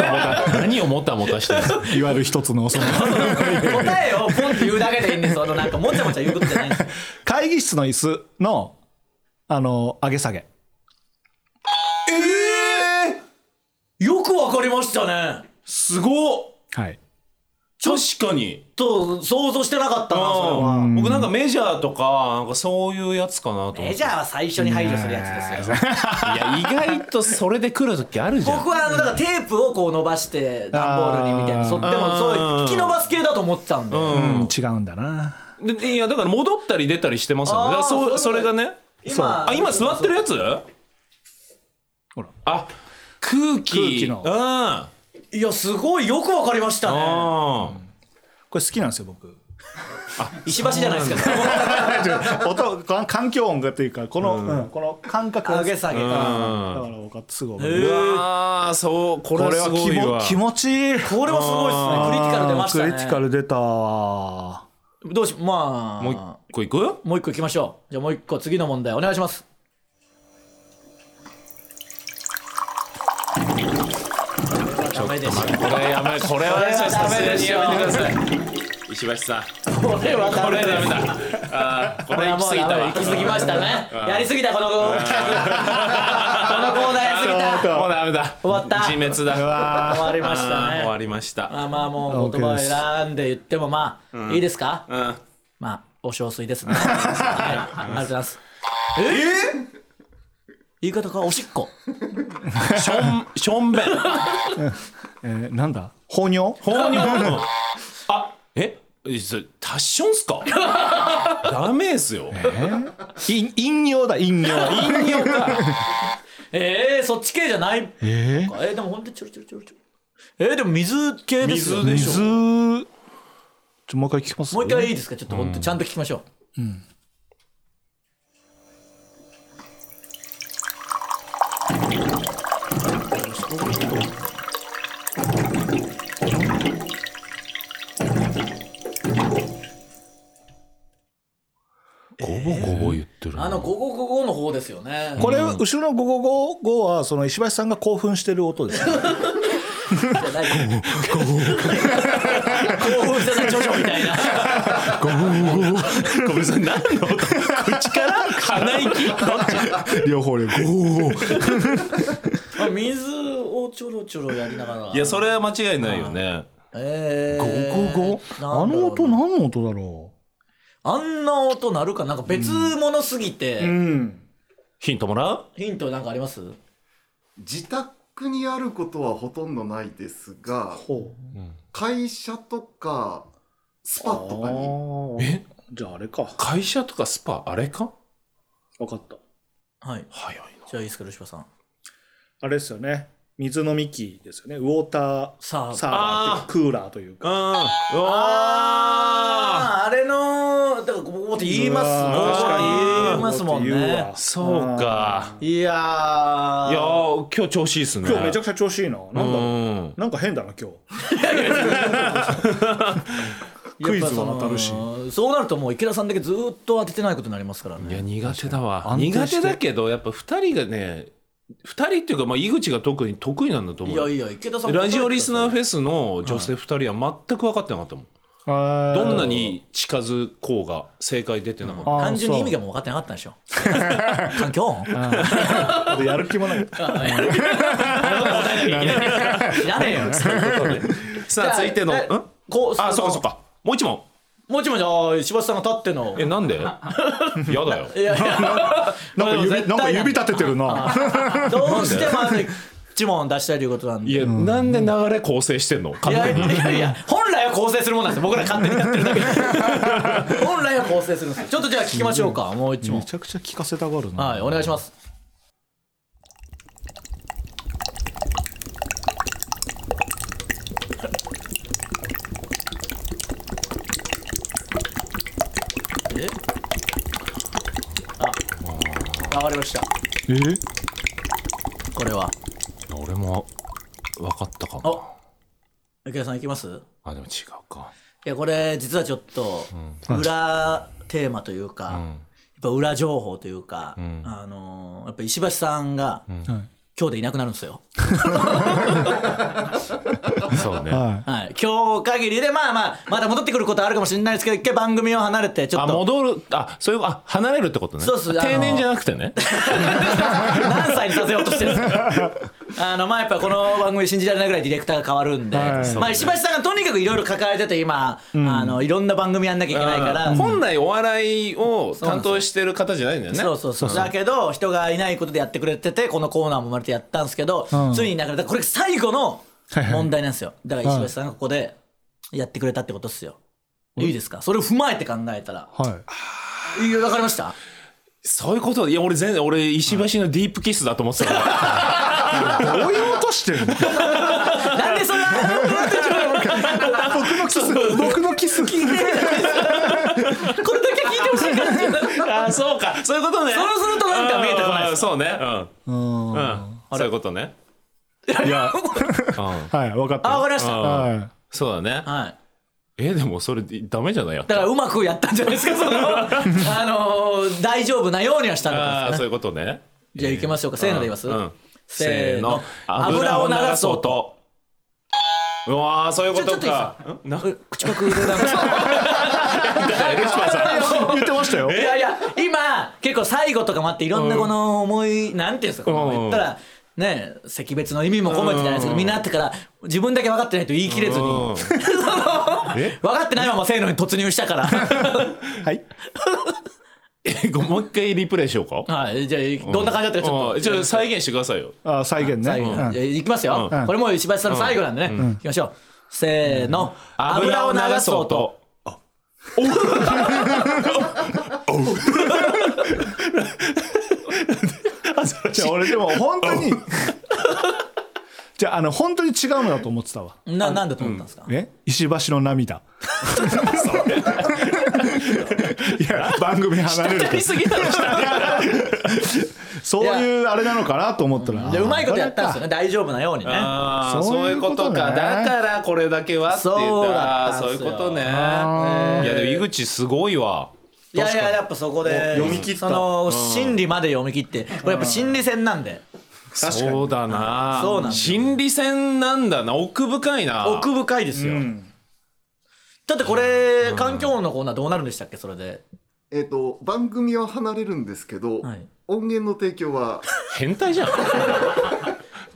Speaker 1: た。何をもたもたしてるの。
Speaker 2: いわゆる一つのその
Speaker 3: 答えをポンって言うだけでいいんです。あの、なんか、もちゃもちゃ言うことじゃないんです。
Speaker 2: 会議室の椅子のあの上げ下げ
Speaker 3: よくわかりましたね
Speaker 1: すごっ
Speaker 2: はい
Speaker 1: 確かに
Speaker 3: と想像してなかったなそれは
Speaker 1: うん僕なんかメジャーとかなんかそういうやつかなと思
Speaker 3: メ
Speaker 1: って
Speaker 3: ジャーは最初に排除するやつですよ
Speaker 1: いや意外とそれで来る時あるじゃん
Speaker 3: 僕はあのだからテープをこう伸ばして段ボールにみたいな
Speaker 2: あー
Speaker 3: そってもそういう引き伸ばす系だと思ってたんで
Speaker 2: うん違うんだな
Speaker 1: でいやだから戻ったり出たりしてますよねだから
Speaker 3: あ
Speaker 1: そ
Speaker 3: ー
Speaker 1: そ
Speaker 3: そうい
Speaker 1: れ
Speaker 3: う
Speaker 1: が
Speaker 3: こと
Speaker 1: ね
Speaker 3: 今
Speaker 1: あ今座ってるやつ
Speaker 2: ほら
Speaker 1: あ空気
Speaker 2: 空気の
Speaker 1: うんあ
Speaker 3: いやすごいよくわかりましたね
Speaker 1: あ
Speaker 2: これ好きなんですよ僕
Speaker 3: 石橋じゃないですか
Speaker 2: 音か環境音がっていうかこの、うんこの感覚
Speaker 3: 上げ下げ
Speaker 2: うんだ
Speaker 1: ん
Speaker 2: から分かったすぐ覚え
Speaker 1: う
Speaker 2: る
Speaker 1: わーそうこれ
Speaker 2: こ
Speaker 1: は
Speaker 2: れ
Speaker 1: す
Speaker 2: は
Speaker 1: ご
Speaker 2: 気
Speaker 1: い
Speaker 2: も
Speaker 1: わ
Speaker 2: 気持ちいい
Speaker 3: これはすごいですねクリティカル出ましたね
Speaker 2: クリティカル出たわ
Speaker 3: どうしまあ
Speaker 1: もう一個いく
Speaker 3: もう一個いきましょうじゃあもう一個次の問題お願いしますダメでしょ
Speaker 1: これやばいこれ
Speaker 3: これは
Speaker 1: さ
Speaker 3: ダ
Speaker 1: す
Speaker 3: メ
Speaker 1: が
Speaker 3: で
Speaker 1: に
Speaker 3: しょ
Speaker 1: やめてください石橋さん
Speaker 3: これは
Speaker 1: こ
Speaker 3: ダメ
Speaker 1: れ
Speaker 3: で
Speaker 1: ダメ
Speaker 3: しょ
Speaker 1: だあーこ
Speaker 3: こ
Speaker 1: れ
Speaker 3: れ
Speaker 1: 行き
Speaker 3: はも
Speaker 1: 過
Speaker 3: う
Speaker 1: ぎ
Speaker 3: ダ
Speaker 1: た
Speaker 3: メ
Speaker 1: わ
Speaker 3: 行き過ぎましたねやりすぎたこのこのコーナーやりすぎた終
Speaker 1: もうダメだ
Speaker 3: 終わった
Speaker 1: 自滅だ
Speaker 3: わりました
Speaker 1: あ ー終わ
Speaker 3: ね
Speaker 1: りました
Speaker 3: まあまあもう言葉選んで言ってもまあいいですか
Speaker 1: うん
Speaker 3: まあお小 水ですねはいあありがとうございますえ言い方かおしっこ
Speaker 1: しょんしょんべん
Speaker 2: えー、なんだ放尿
Speaker 1: 糖尿あえそれタッションっすかダメですよ
Speaker 2: い飲尿だ飲尿
Speaker 1: 陰陽か
Speaker 3: えー、そっち系じゃないのか
Speaker 2: え
Speaker 3: えー、でもほんとちょろちょろちょろちょろえー、でも水系ですよ
Speaker 1: 水でしょ
Speaker 2: 水ちょもう一回聞きます
Speaker 3: もう一回いいですかちょっとほんとちゃんと聞きましょう、
Speaker 1: ごぼごぼ言ってる
Speaker 3: あの五五五五の方ですよね
Speaker 2: これ、後ろのゴゴゴゴはその石橋さんが興奮してる音です、ね、
Speaker 3: じゃない興奮してないジョジョみたいな
Speaker 1: ごめんなさい何の音口から鼻 息どっち
Speaker 2: 両方両方
Speaker 3: あ水をちょろちょろやりながら
Speaker 1: いやそれは間違いないよね
Speaker 3: え
Speaker 2: ゴ
Speaker 3: ー、
Speaker 2: ゴゴあ
Speaker 3: なんだろう
Speaker 2: の音何の音だろ
Speaker 3: あんな音鳴るかなんか別物すぎて、
Speaker 2: ううん
Speaker 1: ヒントもらう
Speaker 3: ヒントなんかあります
Speaker 4: 自宅にあることはほとんどないですが
Speaker 2: ほ
Speaker 4: 会社とかスパとか
Speaker 2: う
Speaker 4: に
Speaker 1: え
Speaker 2: じゃああれか
Speaker 1: 会社とかスパあれか
Speaker 2: 分かった
Speaker 3: はい
Speaker 1: 早い
Speaker 3: じゃあいいですかルシファーさん
Speaker 2: あれですよね水の幹ですよねウォーター
Speaker 3: さあ
Speaker 2: サーバーっていうかクーラーというか
Speaker 1: なうんうわ
Speaker 3: あーあれのだからここって言います
Speaker 2: う
Speaker 3: もん
Speaker 2: わ
Speaker 1: 確かに
Speaker 3: 言いますもん
Speaker 2: 言う
Speaker 3: ね
Speaker 2: わ
Speaker 1: ーそうか
Speaker 3: いやー
Speaker 1: いやー今日調子いいっすね
Speaker 2: 今日めちゃくちゃ調子いいななんだろう
Speaker 1: うん
Speaker 2: なんか変だな今日
Speaker 3: やっぱ
Speaker 2: クイズは当たるし
Speaker 3: そのそうなるともう池田さんだけずーっと当ててないことになりますから
Speaker 1: いや
Speaker 3: ね
Speaker 1: 苦手だわ
Speaker 2: 安定
Speaker 1: 苦
Speaker 2: して
Speaker 1: 手だけどやっぱ2人がね2人っていうかまあ井口が特に得意なんだと思
Speaker 3: いうやいや池田さん
Speaker 1: ラジオリスナーフ
Speaker 3: ェ
Speaker 1: ェスの女性2人は全く分かってなかったもん、
Speaker 2: ど
Speaker 1: どんなに近づこうが正解出てなかった、
Speaker 2: あー
Speaker 3: 単純に意味がもう分かってなかったん でしょ環境音
Speaker 2: そうやる気も ない
Speaker 3: いらねえよ
Speaker 1: さあ続いての
Speaker 3: え
Speaker 1: ん
Speaker 3: こ
Speaker 1: あそうかそうかもう一問
Speaker 3: もちもちああ石橋さんが立っての
Speaker 1: えなんでやだ よ
Speaker 3: いやいや
Speaker 2: なんか指なんか指立ててるな
Speaker 3: どうしてもあの一問出したいということなんで
Speaker 1: いや、なんで流れ構成してんの
Speaker 3: い
Speaker 1: 勝
Speaker 3: や
Speaker 1: 手
Speaker 3: い
Speaker 1: に
Speaker 3: やいやいや本来は構成するもんなんですよ僕ら勝手にやってるだけで 本来は構成するんですよちょっとじゃあ聞きましょうかもう一問
Speaker 2: めちゃくちゃ聞かせたがるな、
Speaker 3: はいお願いします えあわかりました
Speaker 2: え
Speaker 3: これは
Speaker 1: 俺も分かったかも
Speaker 3: お池田さんいきます
Speaker 1: あでも違うか
Speaker 3: いやこれ実はちょっと裏テーマというか、やっぱ裏情報というか、あのーやっぱ石橋さんが、今日でいなくなるんですよ。
Speaker 1: そうね、
Speaker 2: は
Speaker 3: はい、今日限りでまあまあまた戻ってくることはあるかもしれないですけど一回番組を離れてちょ
Speaker 1: あ
Speaker 3: っと
Speaker 1: 戻るあそういうあ離れるってことね
Speaker 3: そうそうあの
Speaker 1: 定年じゃなくてね
Speaker 3: 何歳にさせようとしてるんですかあのまあやっぱこの番組信じられないぐらいディレクターが変わるんで、
Speaker 2: はい
Speaker 3: まあ、石橋さんがとにかくいろいろ抱えてて今、あのいろんな番組やんなきゃいけないから、
Speaker 1: うん本来お笑いを担当してる方じゃないんだよね
Speaker 3: そうそうそうだけど人がいないことでやってくれててこのコーナーも生まれてやったんですけど、
Speaker 2: うん
Speaker 3: ついにだからこれ最後の問題なんですよだから石橋さんがここでやってくれたってことっすよいいですかそれを踏まえて考えたら
Speaker 2: い。はい
Speaker 3: いや分かりました
Speaker 1: そういうこといや俺全然俺石橋のディープキスだと思ってたから
Speaker 2: どういう音してるの
Speaker 3: なんで それ
Speaker 2: 僕のキス、僕のキス。
Speaker 3: これだけ聞いてほしいからっていう
Speaker 1: あそうかそういうことね
Speaker 3: そうするとなんか見えてこないで
Speaker 1: う
Speaker 3: す
Speaker 1: んそうねうん、
Speaker 2: うん
Speaker 1: う
Speaker 2: は
Speaker 1: ん、そういうことね、
Speaker 2: いや、
Speaker 1: うん、
Speaker 2: はい、分かっ
Speaker 3: あ
Speaker 2: た。
Speaker 3: 分かりました
Speaker 1: あ
Speaker 2: は
Speaker 1: そうだね
Speaker 3: はい
Speaker 1: えでもそれダメじゃないやっ
Speaker 3: だ
Speaker 1: た
Speaker 3: かららうまくやったんじ ゃないですかそ のあのー大丈夫なようにはしたの
Speaker 1: あ
Speaker 3: か
Speaker 1: あ
Speaker 3: で
Speaker 1: そ
Speaker 3: す
Speaker 1: うい
Speaker 3: ね
Speaker 1: うことね
Speaker 3: じゃあ行きましょうかせーので言います
Speaker 1: うん
Speaker 3: せーの
Speaker 1: 油
Speaker 3: 油
Speaker 1: を
Speaker 3: を
Speaker 1: 流
Speaker 3: 流
Speaker 1: す
Speaker 3: す
Speaker 1: 音うわーそういうこ
Speaker 3: ち
Speaker 1: と
Speaker 3: ょちょっといい
Speaker 1: かんな
Speaker 3: 口パクでございます
Speaker 2: い。言ってましたよ。
Speaker 3: いやいや今結構最後とかもあっていろんなこの思い、なんていうんですか、こう言ったらね惜別の意味も込めてじゃないですけど、みんなあってから自分だけ分かってないと言い切れずに、
Speaker 1: うん
Speaker 3: その分かってないまませーのに突入したから
Speaker 2: はい。
Speaker 1: えごもう一回リプレイしようか
Speaker 3: はいじゃあどんな感じだったかちょ
Speaker 1: うん
Speaker 3: っと
Speaker 1: ちょっと再現してくださいよ
Speaker 2: あ、再現ね。
Speaker 3: 最後、
Speaker 2: うん
Speaker 3: じゃあいきますよ、
Speaker 2: うん
Speaker 3: これもう石橋さんの最後なんでね、いきましょうせーの、
Speaker 1: 油を流す音
Speaker 2: じゃあ俺でも本当に じゃああの本当に違うのだと思ってたわ
Speaker 3: ななんだと思ったんですか、
Speaker 2: ね石橋の涙 いや番組離 れる
Speaker 3: や
Speaker 2: か
Speaker 3: り
Speaker 2: ら
Speaker 3: すぎだろ
Speaker 2: そういうあれなのかなと思ったら
Speaker 3: じゃあうまいことやったんですよね大丈夫なようにね
Speaker 1: あー
Speaker 2: そういうことね
Speaker 1: そういうことかだからこれだけはって言っ
Speaker 3: そう
Speaker 1: た
Speaker 3: だ
Speaker 1: あ
Speaker 3: った
Speaker 1: ー
Speaker 3: ん
Speaker 1: そういう
Speaker 3: すよ
Speaker 1: ことねい
Speaker 2: あ
Speaker 1: やでも井口すごいわ
Speaker 3: いやいややっぱそこで
Speaker 4: 読み切った
Speaker 3: その心理まで読み切ってこれやっぱ心理戦なんで
Speaker 2: 確かに
Speaker 1: そうだな
Speaker 3: そうなんだよ
Speaker 1: 心理戦なんだな奥深いな
Speaker 3: 奥深いですよだってこれ環境音のコーナーどうなるんでしたっけそれで
Speaker 4: えっと番組は離れるんですけど、
Speaker 3: はい
Speaker 4: 音源の提供は
Speaker 1: 変態じゃん
Speaker 3: じゃ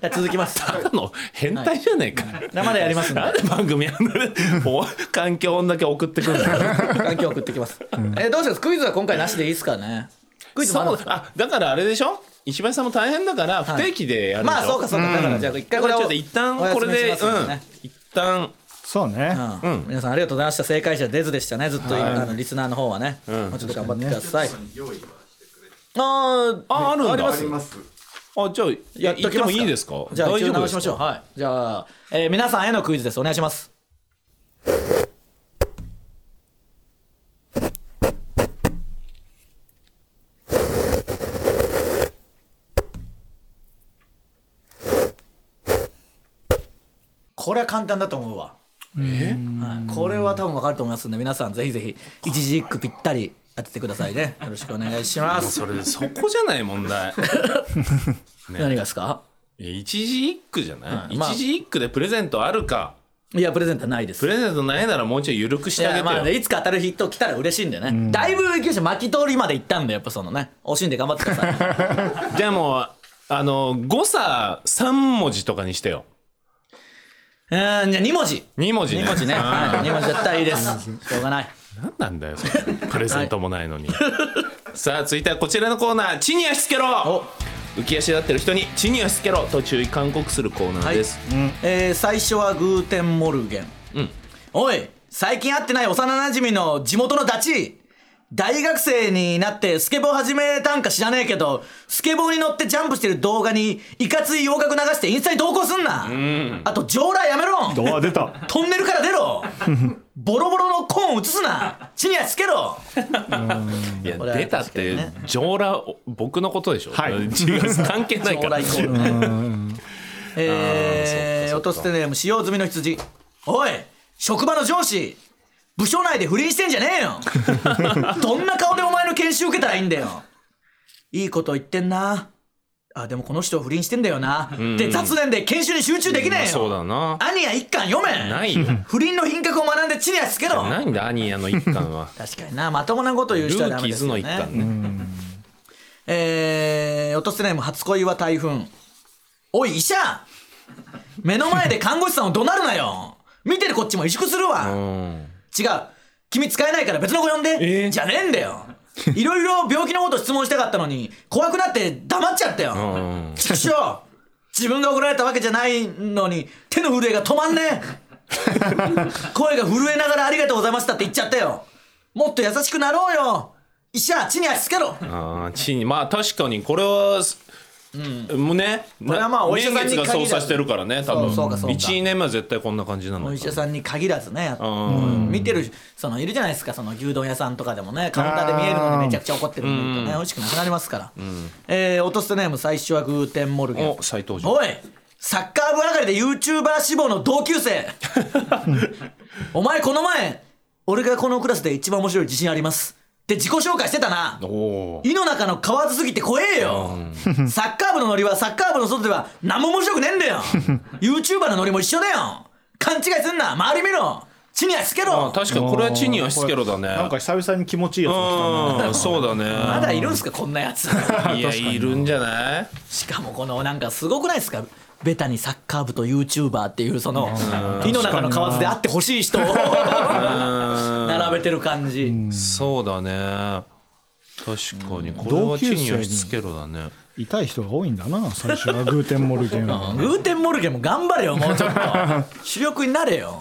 Speaker 3: あ続きます
Speaker 1: ただの変態じゃねえか、
Speaker 3: 生でやりますんで
Speaker 1: なんで番組やんのねもう環境音だけ送ってくるんだ
Speaker 3: 環境音送ってきますえどうしますクイズは今回なしでいいですかね クイズもあるん
Speaker 1: そう
Speaker 3: ですか
Speaker 1: あだからあれでしょ石橋さんも大変だから不定期でやるでしょ、
Speaker 3: まあそうかそうかだからじゃあ一回
Speaker 1: こ
Speaker 3: こ
Speaker 1: れち
Speaker 3: れ
Speaker 1: ょ
Speaker 3: を
Speaker 1: っと一旦
Speaker 3: お休み
Speaker 1: これで、
Speaker 3: しますん
Speaker 1: うん
Speaker 3: ね
Speaker 1: 一旦
Speaker 2: そうね
Speaker 3: うん皆さんありがとうございました正解者デズでしたねずっとあのリスナーの方はねもうちょっと頑張ってください
Speaker 4: 用意は
Speaker 3: あー
Speaker 1: ああるんだ
Speaker 3: ありま
Speaker 4: あ
Speaker 3: す
Speaker 4: ります
Speaker 1: あじゃあや
Speaker 3: や
Speaker 1: っ
Speaker 3: っ
Speaker 1: と
Speaker 3: と
Speaker 1: き
Speaker 3: き
Speaker 1: も
Speaker 3: ますか
Speaker 1: いいですか
Speaker 3: じゃあ
Speaker 1: 大
Speaker 3: 一
Speaker 1: 丈
Speaker 3: 応
Speaker 1: 夫
Speaker 3: 直
Speaker 1: で
Speaker 3: し
Speaker 1: す
Speaker 3: ましょう
Speaker 1: か
Speaker 3: はいじゃあ、えー皆さんへのクイズですお願いしますこれは簡単だと思うわはいこれは多分わかると思いますんで皆さんぜひぜひ一字一句ぴったり当ててくださいねよろしくお願いします
Speaker 1: それそこじゃない問 題
Speaker 3: 何がですか
Speaker 1: いや一字一句じゃない、
Speaker 3: うんまあ
Speaker 1: 一字一句でプレゼントあるか
Speaker 3: いやプレゼントはないです
Speaker 1: プレゼントないならもうちょい緩くし
Speaker 3: い
Speaker 1: てあげ
Speaker 3: や
Speaker 1: てよ
Speaker 3: まあねいつか当たる人来たら嬉しいんでね、だいぶ行きました巻き通りまで行ったんでやっぱそのね惜しいんで頑張ってください
Speaker 1: じゃあもうあの誤差3文字とかにしてよ
Speaker 3: う ーんじゃあ2文字
Speaker 1: 2文字ね
Speaker 3: 2文字ね、
Speaker 1: うん
Speaker 3: はい、2文字だったらいいですしょうがない
Speaker 1: 何なんだよそれプレゼントもないのに、 さあ続いてはこちらのコーナー「地に足つけろ
Speaker 3: お」
Speaker 1: 浮き足立ってる人に「地に足つけろ」と注意勧告するコーナーです、
Speaker 3: えー最初はグーテンモルゲン、おい最近会ってない幼なじみの地元のダチ大学生になってスケボー始めたんか知らねえけどスケボーに乗ってジャンプしてる動画にいかつい洋楽流してインスタに投稿すんな、あと上来やめろ
Speaker 2: ドア出た
Speaker 3: トンネルから 出ろボロボロのコーン移すな地に足つけろ
Speaker 1: いや
Speaker 3: これは
Speaker 1: 出たって上羅僕のことでしょ、
Speaker 2: はい
Speaker 1: 違う関係 ない
Speaker 3: 将
Speaker 1: から
Speaker 3: 来イコールねえー落とすてネーム使用済みの羊おい職場の上司部署内で不倫してんじゃね えよどんな顔でお前の研修受けたらいいんだよいいこと言ってんなあでもこの人不倫してんだよな、で雑念で研修に集中できねえよ、
Speaker 1: そうだな
Speaker 3: アニヤ一巻読め
Speaker 1: ない よ
Speaker 3: 不倫の品格を学んで地に足つけろ
Speaker 1: ないんだアニヤの一巻は
Speaker 3: 確かになまともなこと 言う
Speaker 1: ル
Speaker 3: 人はダ
Speaker 1: ー
Speaker 3: メ
Speaker 1: キ
Speaker 3: で
Speaker 1: ー
Speaker 3: す
Speaker 1: ズ
Speaker 3: よ
Speaker 1: の一
Speaker 3: ね
Speaker 1: 巻ね
Speaker 3: えー、落とせないも初恋は台風おい医者目の前で看護師さんを怒鳴るなよ見てるこっちも萎縮するわ、
Speaker 1: うん
Speaker 3: 違う君使えないから別の子呼んで、
Speaker 1: えー
Speaker 3: じゃねえんだよいろいろ病気のこと質問したかったのに怖くなって黙っちゃったよ、
Speaker 1: うん
Speaker 3: ちくしょう自分が怒られたわけじゃないのに手の震えが止まん ねえ声が震えながら「ありがとうございました」って言っちゃったよもっと優しくなろうよ医者地に足つけろ
Speaker 1: あー地にまあ確かにこれは、もうね
Speaker 3: これはまあお医者さん
Speaker 1: 年
Speaker 3: に
Speaker 1: 月が操作してるからね多分
Speaker 3: そうそうかそうか
Speaker 1: 12年目は絶対こんな感じなの
Speaker 3: お医者さんに限らずねやっぱ
Speaker 1: うん
Speaker 3: 見てるそのいるじゃないですかその牛丼屋さんとかでもねカウンターで見えるのにめちゃくちゃ怒ってるの見るとね美味しくなくなりますから、えー落とすネーム最初はグーテンモルゲン
Speaker 1: お再登場
Speaker 3: おいサッカー部上がりで YouTuber 志望の同 級生お前この前俺がこのクラスで一番面白い自信ありますって自己紹介してたな
Speaker 1: おお
Speaker 3: 井の中の蛙すぎて怖えよサッカー部のノリはサッカー部の外では何も面白くねえん だよ YouTuber のノリも一緒だよ勘違いすんな周り見ろ地に足つけ
Speaker 1: あ
Speaker 3: ろ
Speaker 1: 確かにこれは地にはしつけろだね
Speaker 2: なんか久々に気持ちいいやつが来たな
Speaker 1: うんそうだね
Speaker 3: まだいるんすかこんなやつ
Speaker 1: いやいるんじゃない
Speaker 3: しかもこのなんかすごくないですかベタにサッカー部と YouTuber っていうその井の中の蛙であってほしい人を並べてる感じ
Speaker 1: そうだね確かにこれ
Speaker 2: 同
Speaker 1: は
Speaker 2: 級生
Speaker 1: 地
Speaker 2: に
Speaker 1: にはしつけろだね
Speaker 2: 痛い人が多いんだな最初はグーテンモルゲンは
Speaker 3: グーテンモルゲンも頑張れよもうちょ っと主力になれよ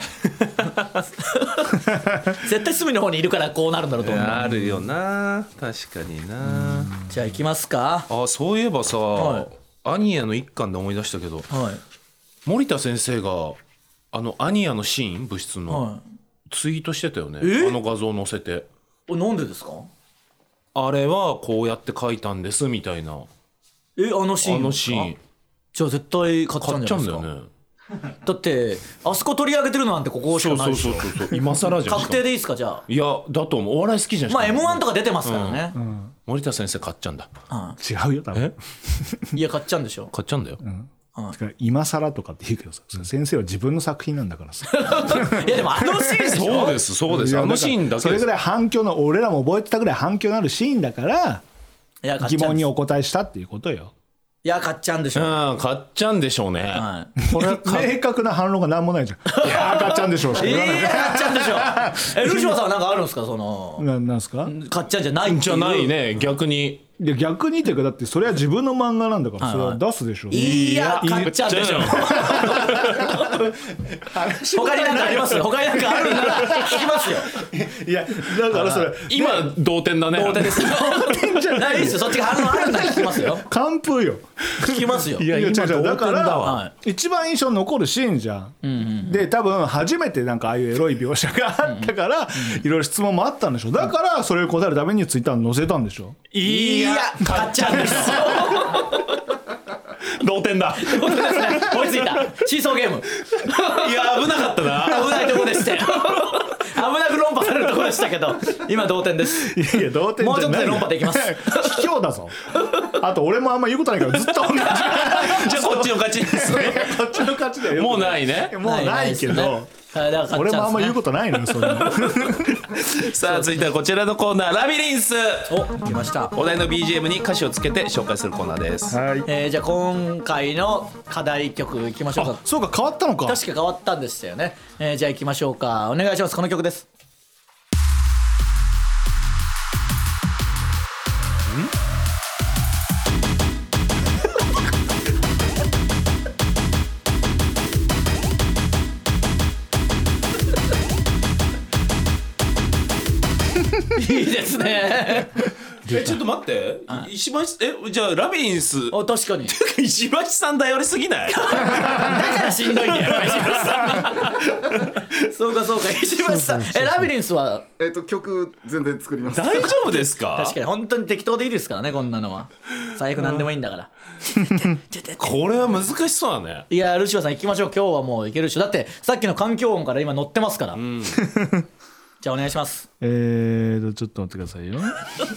Speaker 3: 絶対隅の方にいるからこうなるんだろうと思う
Speaker 1: あるよな確かにな
Speaker 3: じゃあ行きますか
Speaker 1: あそういえばさ、
Speaker 3: はい
Speaker 1: アニヤの一巻で思い出したけど
Speaker 3: は
Speaker 1: 森田先生があのアニヤのシーン部室
Speaker 3: い
Speaker 1: の、
Speaker 3: は
Speaker 1: ツイートしてたよね
Speaker 3: え
Speaker 1: あの画像載せて
Speaker 3: いおなんでですか
Speaker 1: あれはこうやって書いたんですみたいな
Speaker 3: えあのシーン
Speaker 1: あのシーン
Speaker 3: じゃあ絶対買っちゃ
Speaker 1: 買
Speaker 3: う
Speaker 1: っ
Speaker 3: んじ
Speaker 1: ち
Speaker 3: ゃ
Speaker 1: ゃ
Speaker 3: な
Speaker 1: う
Speaker 3: い
Speaker 1: んだ
Speaker 3: ですか
Speaker 1: よね
Speaker 3: だってあそこ取り上げてるのなんてここし
Speaker 1: そ
Speaker 3: か
Speaker 1: う
Speaker 3: ない
Speaker 1: そう
Speaker 3: でし
Speaker 1: そ
Speaker 3: ょ
Speaker 1: うそうそう今更じゃん
Speaker 3: 確定でいいですかじゃあ
Speaker 1: いやだと思うお笑い好きじゃん
Speaker 3: まあ m 1
Speaker 1: と
Speaker 3: とか出てますからね、
Speaker 1: 森田先生買っちゃうんだ
Speaker 2: 違うよ多分
Speaker 1: え
Speaker 3: いや買っちゃうんでしょ
Speaker 1: 買っちゃうんだよ、
Speaker 2: だから今更とかって言うけどさ先生は自分の作品なんだからさ
Speaker 3: いやでもあのシーンでしょ
Speaker 1: そうですそうですあのシーンだけ
Speaker 2: それ
Speaker 1: で
Speaker 2: ぐ
Speaker 1: す
Speaker 2: らい反響の俺らも覚えてたぐらい反響のあるシーンだから
Speaker 3: いや買
Speaker 2: 疑
Speaker 3: っちゃう
Speaker 2: 問
Speaker 3: んで
Speaker 2: に
Speaker 3: しょ
Speaker 2: お答えしたっていうことよ
Speaker 3: いや買っちゃうんでし
Speaker 1: う
Speaker 3: ょ、
Speaker 1: ん買っちゃうんでしょうね、
Speaker 3: はい
Speaker 1: これは買っ
Speaker 2: 明確な反論が何もないじゃんいやー買っちゃうんでしょうしか
Speaker 3: え
Speaker 2: 言わない
Speaker 3: え買っちゃうんでしょえルシファーさんはなんかあるんですかその
Speaker 2: ななんすか
Speaker 3: 買っちゃうんじゃないっていう
Speaker 1: じゃないね逆に
Speaker 2: いや逆にというかだってそれは自分の漫画なんだからそれは出すでしょう、
Speaker 3: いや買っちゃうんでしょ
Speaker 1: 買っちゃうよ
Speaker 3: 他に何かあります他に何かあるなら聞きますよ
Speaker 2: いやだからそれ
Speaker 1: 今同点だね
Speaker 3: 同点です
Speaker 2: 点じゃない
Speaker 3: いですよそっちが反応あるんだ聞きますよ
Speaker 2: 完封よ
Speaker 3: 聞きますよ
Speaker 1: いや
Speaker 2: 違う違う
Speaker 1: 今同点
Speaker 2: だから
Speaker 1: だわ
Speaker 3: は
Speaker 2: 一番印象に残るシーンじゃん,、で多分初めてなんかああいうエロい描写があったから、いろいろ質問もあったんでしょだからそれを答えるためにツイッターに載せたんでしょ
Speaker 3: いいや買っちゃうんですよ
Speaker 1: 同点だ
Speaker 3: 本当ですね追いついたシーソーゲーム
Speaker 1: いや危なかったな
Speaker 3: 危ないとこでしたよ危なく論破されるとこでしたけど今同点です
Speaker 2: いやいや同点じゃない
Speaker 3: もうちょっとで論破できます
Speaker 2: 卑怯だぞあと俺もあんま言うことないからずっと同じいや
Speaker 1: じゃあこっちの勝 ち
Speaker 2: こっちの勝ちだよ
Speaker 1: もうないね
Speaker 2: もうないけど
Speaker 3: ですねはいだから買っちゃうんですね
Speaker 2: 俺もあんま言うことないのよそれ
Speaker 1: さあ続いてはこちらのコーナーラビリンス
Speaker 3: お来ました
Speaker 1: お題の BGM に歌詞をつけて紹介するコーナーです
Speaker 2: はい
Speaker 3: えー、じゃあ今回の課題曲いきましょうか
Speaker 2: そうか変わったのか
Speaker 3: 確か変わったんでしたよね、えー、じゃあいきましょうかお願いしますこの曲ですいいですね
Speaker 1: えちょっと待ってい石橋えじゃあラビリンス
Speaker 3: お 確かに
Speaker 1: 石橋さん頼りすぎ ない
Speaker 3: だからしんどいんだよ 石橋さんそうかそうか石橋さんえラビリンスは
Speaker 4: えっと曲全然作ります
Speaker 1: 大丈夫ですか
Speaker 3: 確かに本当に適当でいいですからねこんなのは最悪何でもいいんだから
Speaker 1: これは難しそうだね
Speaker 3: いやルシファーさん行きましょう今日はもういけるでしょだってさっきの環境音から今乗ってますから、 じゃあお願いします
Speaker 2: えーとちょっと待ってくださいよ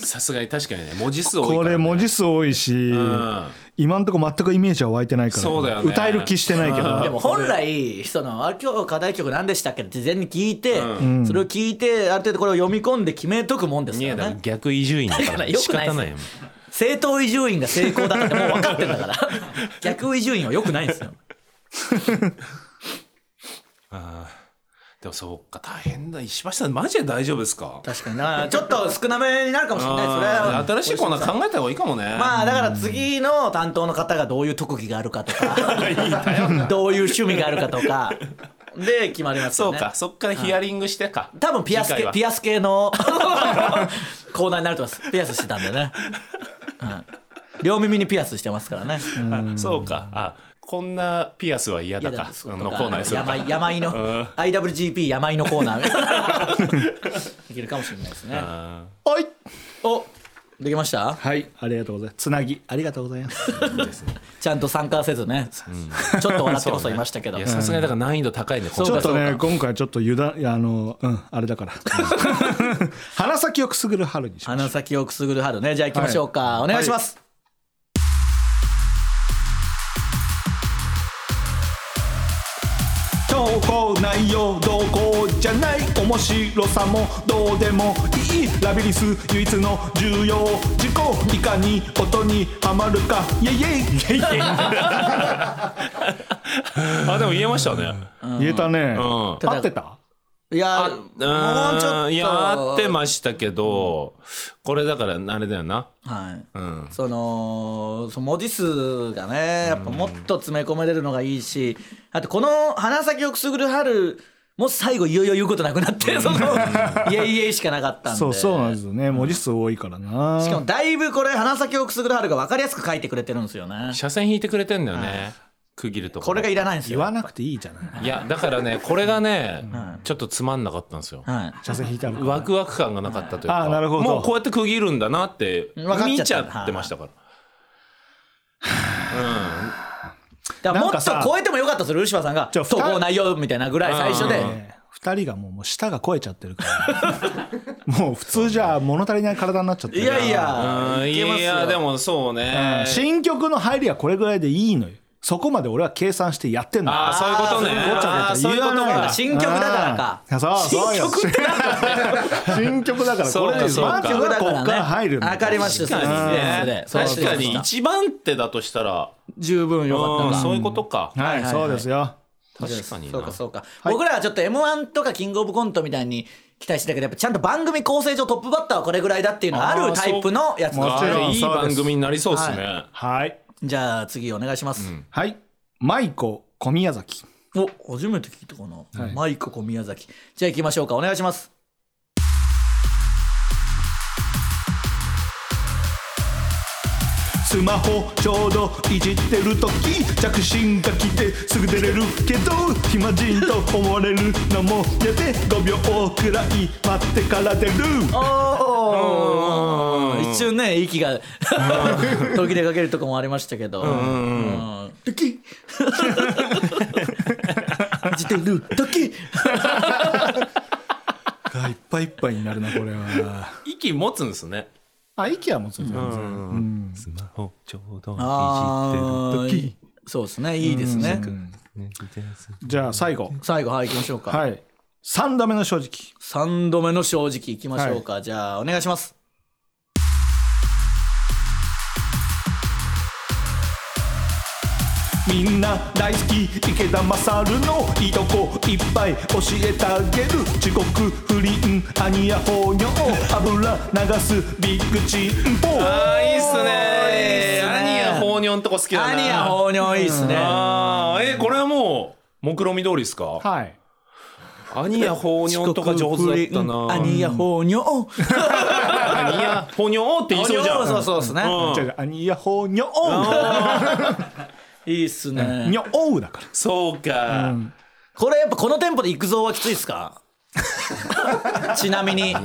Speaker 1: さすがに確かにね文字数多いから、ね、
Speaker 2: これ文字数多いし
Speaker 1: ん
Speaker 2: 今んとこ全くイメージは湧いてないから
Speaker 1: そうだよね
Speaker 2: 歌える気してないけ
Speaker 3: で
Speaker 2: ど
Speaker 3: も本来そのあ今日課題曲何でしたっけって事前に聞いて、
Speaker 2: ん
Speaker 3: それを聞いてある程度これを読み込んで決めとくもんです
Speaker 1: い
Speaker 3: か
Speaker 1: やだ
Speaker 3: ら
Speaker 1: から
Speaker 3: ね
Speaker 1: 逆伊集院だ
Speaker 3: だ
Speaker 1: か
Speaker 3: から
Speaker 1: ら
Speaker 3: よ
Speaker 1: 仕
Speaker 3: くない
Speaker 1: 方
Speaker 3: です
Speaker 1: ないよ
Speaker 3: 正当伊集院が成功だってもう分かってんだ から逆伊集院はよくないんですよ
Speaker 1: でもそうか大変だ石橋さんマジで大丈夫ですか
Speaker 3: 確かになちょっと少なめになるかもしれないですそれ
Speaker 1: あ
Speaker 3: は
Speaker 1: ー新しいコーナー考えた方がいいかもね
Speaker 3: まあだから次の担当の方がどういう特技があるか とかどういう趣味があるかとかで決まります
Speaker 1: そ
Speaker 3: よ
Speaker 1: う
Speaker 3: ね
Speaker 1: かそっからヒアリングしてか
Speaker 3: 多分ピアス
Speaker 1: 次回
Speaker 3: 系
Speaker 1: は
Speaker 3: ピアス系の コーナーになると思いますピアスしてたんでね、うん両耳にピアスしてますからね
Speaker 1: そうかあこんなピアスは嫌だか
Speaker 3: そう
Speaker 1: の
Speaker 3: と
Speaker 1: コ
Speaker 3: か
Speaker 1: ーナーにするか
Speaker 3: 山井山井の IWGP 山井のコーナーできるかもしれないですね
Speaker 1: あ
Speaker 2: おい
Speaker 3: おできました
Speaker 2: はいありがとうございますつなぎありがとうございます
Speaker 3: ちゃんと参加せずねちょっと笑ってこそいましたけど
Speaker 1: ーいやさすがにだから難易度高いねこ
Speaker 3: そ
Speaker 1: の
Speaker 2: ち
Speaker 3: う
Speaker 2: ょっと
Speaker 3: そう
Speaker 2: ね
Speaker 3: か
Speaker 2: 今回ちょっと油断いやあのうんあれだから鼻先をくすぐる春にしましょう
Speaker 3: 鼻先をくすぐる春ねじゃあ行きましょうか、
Speaker 2: はい
Speaker 3: お願いします、
Speaker 2: 投稿内容どうこうじゃない面白さもどうでもいいラビリンス唯一の重要事項いかに音にはまるかイェイイェイ
Speaker 1: あでも言えましたね
Speaker 2: 言えたね
Speaker 1: うん
Speaker 2: 合ってた
Speaker 3: い、やもうちょっ
Speaker 1: う
Speaker 3: と
Speaker 1: んいや合ってましたけどこれだからあれだよな
Speaker 3: はい
Speaker 1: うん
Speaker 3: そのその文字数がねやっぱもっと詰め込めれるのがいいしあとこの「花咲をくすぐる春」も最後いよいよ言うことなくなってその「イエイイエイ」しかなかったんで
Speaker 2: そうそうなんですよね文字数多いからな
Speaker 3: しかもだいぶこれ「花咲をくすぐる春」が分かりやすく書いてくれてるんですよね
Speaker 1: 車線引いてくれてんだよね区切るとこ
Speaker 3: これがいらないんです
Speaker 2: 言
Speaker 3: よ
Speaker 2: わなくていいじゃない
Speaker 1: いやだから ねこれがねちょっとつまんなかったんですよ
Speaker 3: はい
Speaker 2: 車線引いてあるから
Speaker 1: ワクワク感がなかったという
Speaker 2: あ
Speaker 1: か
Speaker 2: ーなるほど
Speaker 1: もうこうやって区切るんだなって
Speaker 3: 分かっちゃった
Speaker 1: 見ちゃってましたから
Speaker 3: だから
Speaker 2: なん
Speaker 3: も
Speaker 2: か
Speaker 3: っと
Speaker 2: さ
Speaker 3: 超えてもよかったですよルシファーさんが
Speaker 2: ちょ
Speaker 3: 投稿内容みたいなぐらい最初
Speaker 1: うん
Speaker 3: で
Speaker 2: ね二人がもうもう舌が超えちゃってるから もう普通じゃ物足りない体になっちゃって
Speaker 3: い
Speaker 2: る
Speaker 3: やいや
Speaker 1: うんい
Speaker 3: けますよ
Speaker 1: やでもそうね
Speaker 2: 新曲の入りはこれぐらいでいいのよそこまで俺は計算してやってんの
Speaker 1: ああそういうことね
Speaker 3: あー
Speaker 1: あーそういうこと
Speaker 3: 言わない
Speaker 1: か
Speaker 3: わ新曲だからか
Speaker 2: あーそうそう新曲だから新曲だからこれ
Speaker 1: そうか
Speaker 2: まず
Speaker 1: そう
Speaker 3: 曲
Speaker 2: は
Speaker 3: だか
Speaker 2: こ
Speaker 3: ら
Speaker 2: っ
Speaker 3: ね
Speaker 2: から入るんだ
Speaker 3: 分かりましたそう
Speaker 1: ね
Speaker 3: ですそうです
Speaker 1: 確かに
Speaker 3: そうです
Speaker 1: 一番手だとしたら
Speaker 3: 十分よかった
Speaker 1: うん
Speaker 3: か
Speaker 1: そういうことか
Speaker 2: は
Speaker 3: はい
Speaker 2: い
Speaker 3: はい
Speaker 2: そうですよ
Speaker 1: 確かに
Speaker 3: そう
Speaker 1: な
Speaker 3: かそうか、僕らはちょっと m 1とかキングオブコントみたいに期待してたけどやっぱちゃんと番組構成上トップバッターはこれぐらいだっていうのがあ
Speaker 1: あ
Speaker 3: る
Speaker 1: ー
Speaker 3: タイプのやつ
Speaker 2: そうもちろん
Speaker 1: あーいい番組になりそうですね、
Speaker 2: はい
Speaker 3: じゃあ次お願いします、
Speaker 2: はい舞子小宮崎
Speaker 3: お初めて聞いたかな、マイコ小宮崎じゃあ行きましょうかお願いします
Speaker 2: スマホちょうどいじってる時着信が来てすぐ出れるけど暇人と思われるのもやで5秒くらい待ってから出る
Speaker 3: おー一応ね息が途切れかけるとこもありましたけどうんドキッいじってるドキッ
Speaker 2: がいっぱいいっぱいになるなこれは
Speaker 1: 息持つんですね
Speaker 2: あ息はもう全然
Speaker 1: スマホちょうど
Speaker 3: あーそうですねいいですね
Speaker 2: じゃあ最後
Speaker 3: 最後はい行きましょうか、
Speaker 2: はい3度目の正直
Speaker 3: 3度目の正直いきましょうか、じゃあお願いします
Speaker 2: みんな大好き池田勝のいいとこいっぱい教えてあげる地獄不倫アニヤ放尿油流すビッグチンポ
Speaker 1: あーいいっす
Speaker 3: いいっ
Speaker 1: ね
Speaker 3: すね
Speaker 1: アニヤ放尿のとこ好きだな
Speaker 3: アニア放尿いいっすね
Speaker 1: あーえこれはもう目論見通りですか
Speaker 2: はい
Speaker 1: アニヤ放尿とか上手だったな
Speaker 3: アニア放尿
Speaker 1: アニヤ放尿って言いそうじゃん
Speaker 3: そうそうですね、
Speaker 1: うん
Speaker 2: じゃあアニヤ放尿
Speaker 3: いいっすね
Speaker 2: 尿おうだから
Speaker 1: そうか、
Speaker 3: これやっぱこのテンポで行くぞはきついっすか ちなみにい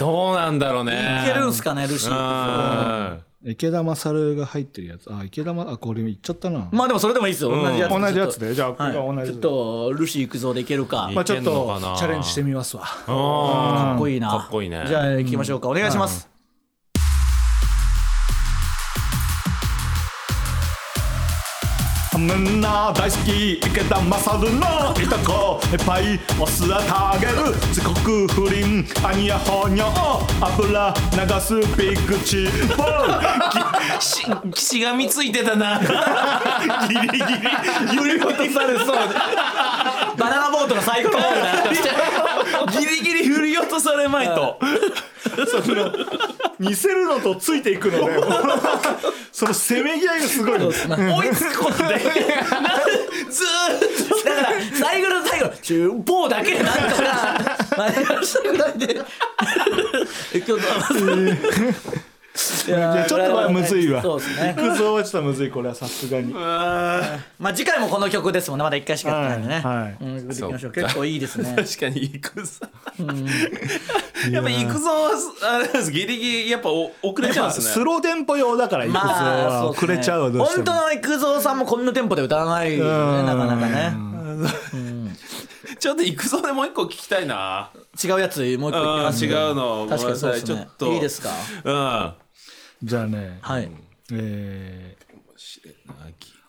Speaker 1: どうなんだろうね
Speaker 3: けるんすかねルシー
Speaker 1: うん
Speaker 2: 池田勝が入ってるやつ。あ、池田ま、あ、これいっちゃったな。
Speaker 3: まあでもそれでもいいですよ。同じやつ。
Speaker 2: 同じやつで、じゃあ、
Speaker 3: はい、
Speaker 2: 同じ
Speaker 3: ちょっとルシー行くぞでいけるか。
Speaker 2: まあ、ちょっ
Speaker 1: いけんの
Speaker 2: と
Speaker 1: かな
Speaker 2: チャレンジしてみますわ。
Speaker 1: あ
Speaker 3: かっこいいな。
Speaker 1: かっこいいね
Speaker 3: じゃあ行きましょうか。お願いします。
Speaker 2: みんな大好き池田勝のいとこいっぱいお酢あげるすごく不倫アニヤホニョ油流すビッグチー
Speaker 1: きしがみついてたなギリギリ
Speaker 3: 振り落とさ れそうで。バナナボートの最後の方になって
Speaker 1: ギリギリ振り落とされまいと
Speaker 2: 似せるのとついていくの でそのせめぎ合いがすごいの
Speaker 3: 追いつくことで。ずーっとだから最後の最後チューポーだけでなんとかマネしたぐらいで。今日い
Speaker 2: い
Speaker 3: や
Speaker 2: やちょっとはむずいわ
Speaker 3: そうですね。
Speaker 2: 行くぞはちょっとむずいこれはさすがに
Speaker 3: まあ次回もこの曲ですもんね。まだ一回しかやってないんでね。
Speaker 2: はいはい
Speaker 3: うん、送っていきましょう。結構いいですね。
Speaker 1: 確かに行くぞやっぱ行くぞはあれですギリギリやっぱお遅れちゃうんです
Speaker 2: ス
Speaker 1: ね
Speaker 2: ローテンポ用だから行くぞは遅れちゃうわどうして
Speaker 3: 本
Speaker 2: も
Speaker 3: 当の育三さんもこんなテンポで歌わないよねなかなかね
Speaker 1: ちょっと行くぞでもう一個聞きたいな
Speaker 3: 違うやつもう一個言って
Speaker 1: あ
Speaker 3: ます
Speaker 1: ー違うの
Speaker 3: 確かにそうです
Speaker 1: ごめんなさいちょ
Speaker 3: ね
Speaker 1: っと
Speaker 3: いいですか
Speaker 1: うん
Speaker 2: じゃあね
Speaker 3: はい
Speaker 2: えー、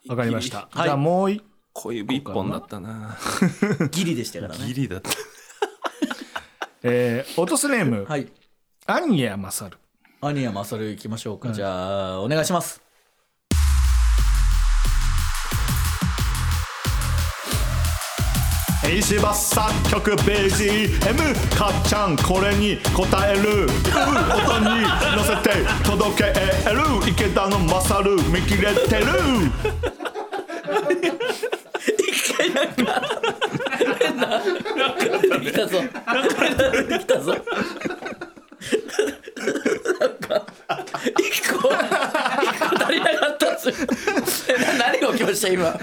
Speaker 2: わ
Speaker 1: わ
Speaker 2: かりました
Speaker 3: はい
Speaker 2: じゃあもう一
Speaker 1: 小指一本だったな
Speaker 3: ギリでしたからね
Speaker 1: ギリだった
Speaker 2: えー、オトスネーム、
Speaker 3: はい
Speaker 2: アンヤマサル
Speaker 3: アニヤマサルいきましょうかじゃあお願いします
Speaker 2: 石橋作曲ページ M かっちゃんこれに答えるう音に乗せて届ける池田のマサル見切れてる
Speaker 3: 来たぞ来たぞなんか一個一個足りなかったっすえな何が起きました今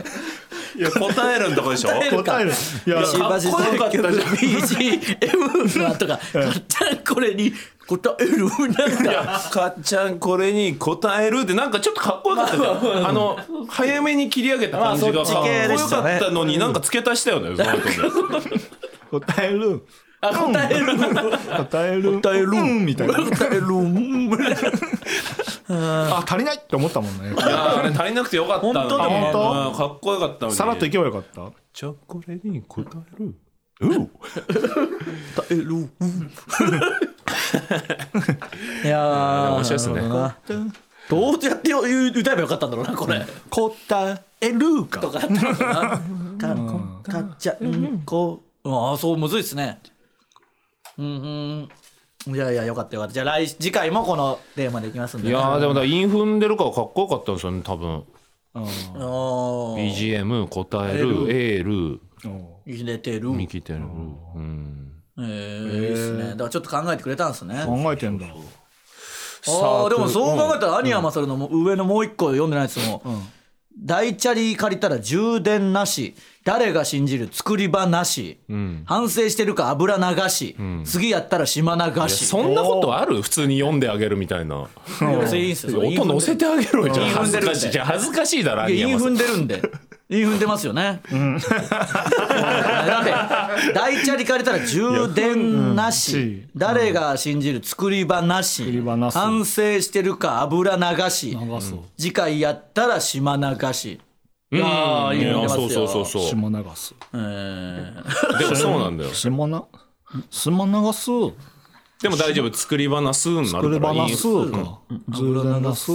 Speaker 1: いや答えるんとこでしょ
Speaker 2: 答えるいや
Speaker 3: 石橋
Speaker 1: かっこよかったじゃん
Speaker 3: BGM のとか、かっちゃんこれに答えるなんか。
Speaker 1: かっちゃんこれに答えるってなんかちょっとかっこよかったじゃんあの早めに切り上げた感じ
Speaker 3: ま
Speaker 1: が
Speaker 3: あ
Speaker 1: か
Speaker 3: そ
Speaker 1: っ
Speaker 3: っ
Speaker 1: こ
Speaker 3: ち系で
Speaker 1: よ
Speaker 3: したね
Speaker 1: かったのになんか付け足したよねその後で
Speaker 2: 答える
Speaker 3: あ答える。
Speaker 2: 答える答える、うん、みたいな
Speaker 3: 答える。
Speaker 2: あ足りないって思ったもんね
Speaker 1: いやーあれ足りなくてよかったのに
Speaker 3: 本当だ
Speaker 2: ね
Speaker 1: うんかっこよかったのに
Speaker 2: さらっといけばよかった
Speaker 1: じゃあこれに答える
Speaker 3: 答える。いやー、
Speaker 1: 面白いっすね
Speaker 3: なるほどな。どうやってよ歌えばよかったんだろうな、これ。
Speaker 2: 答えるか
Speaker 3: とかあったのかな。かかっちゃんこ。ああ、そう、むずいっすね。うんうん。いやいや、よかったよかった。じゃあ来、次回もこのテーマでいきますんで
Speaker 1: い
Speaker 3: ね。
Speaker 1: やーでもだから韻踏んでるからかっこよかったんですよね多分
Speaker 3: あー
Speaker 1: BGM 答えるエール
Speaker 3: 入れてる。
Speaker 1: 見切ってるうん
Speaker 3: えー、いいっすね。だからちょっと考えてくれたんですね。あ
Speaker 2: 考えてんだ
Speaker 3: あー、でもそう考え
Speaker 2: た
Speaker 3: たら、アニヤマサルのも上のもう一個読んでないやつも、大チャリ借りたら充電なし、誰が信じる作り場なし、反省してるか油流し、次やったら島流し。
Speaker 1: そんなことある普通に読んであげるみたいない
Speaker 3: や別にいいんすよ。それ
Speaker 1: 音乗せてあげろよじゃあ
Speaker 3: 韻踏ん
Speaker 1: 恥ず
Speaker 3: でるん
Speaker 1: か
Speaker 3: で
Speaker 1: しいじゃあ恥ずかしいだろ
Speaker 3: いや、
Speaker 1: 有
Speaker 3: 韻踏
Speaker 1: 山
Speaker 3: んでるんで。韻踏んでますよね。だって、大チャリ借りたら充電なし、誰が信じる作り場なし、
Speaker 2: 場なし
Speaker 3: 反省してるか油流し、
Speaker 2: そう
Speaker 3: 次回やったら島流し。いやー、
Speaker 1: い
Speaker 3: 韻踏
Speaker 1: や
Speaker 3: んでます
Speaker 1: そ
Speaker 3: よ。
Speaker 1: うそうそうそう
Speaker 2: 島流す
Speaker 3: えー
Speaker 1: でもそうなんだよ
Speaker 2: 島な島流す
Speaker 1: でも大丈夫作り話にな
Speaker 2: ク
Speaker 1: る
Speaker 2: ル
Speaker 1: から
Speaker 2: バ
Speaker 1: いい
Speaker 2: ナ
Speaker 1: ん
Speaker 2: ス
Speaker 1: す
Speaker 2: か。充電ナス。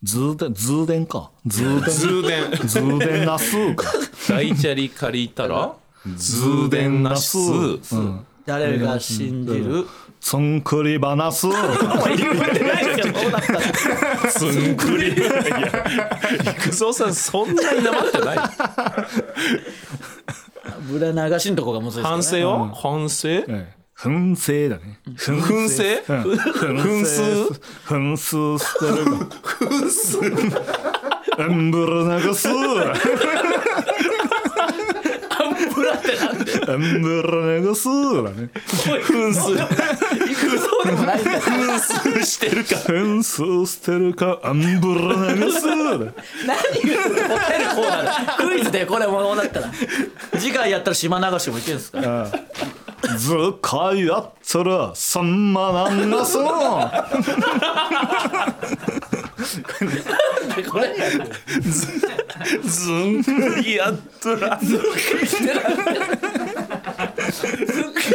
Speaker 2: 充電、充電か。充電。
Speaker 1: 通電
Speaker 2: 充電ナスか。
Speaker 1: 大チャリ借りたら通電なし数
Speaker 2: うん
Speaker 3: 誰が信じる
Speaker 2: つんくりば なす。
Speaker 1: つんくりいや育三さんそんなになまってない
Speaker 3: 油流しんとこがむずい
Speaker 1: 反
Speaker 3: ですね。
Speaker 1: 省は反省
Speaker 2: ええ噴製だね。噴
Speaker 1: 噴製
Speaker 2: うん噴
Speaker 1: 噴
Speaker 2: 製。噴製してるか。噴製。アンブル流す。
Speaker 3: 油ってなんで
Speaker 2: アンブル流す。だね。
Speaker 1: 噴水
Speaker 3: 育三でもないんだよ
Speaker 1: スしてるか
Speaker 2: フェンス捨てるかアンブラ流す
Speaker 3: 何言ってんの答えるコーナーだクイズでこれもうだったら次回やったら島流しもいけるんですか
Speaker 2: 図解やったらサンマなんだそう
Speaker 3: これ
Speaker 2: ズンやったら
Speaker 3: ずっく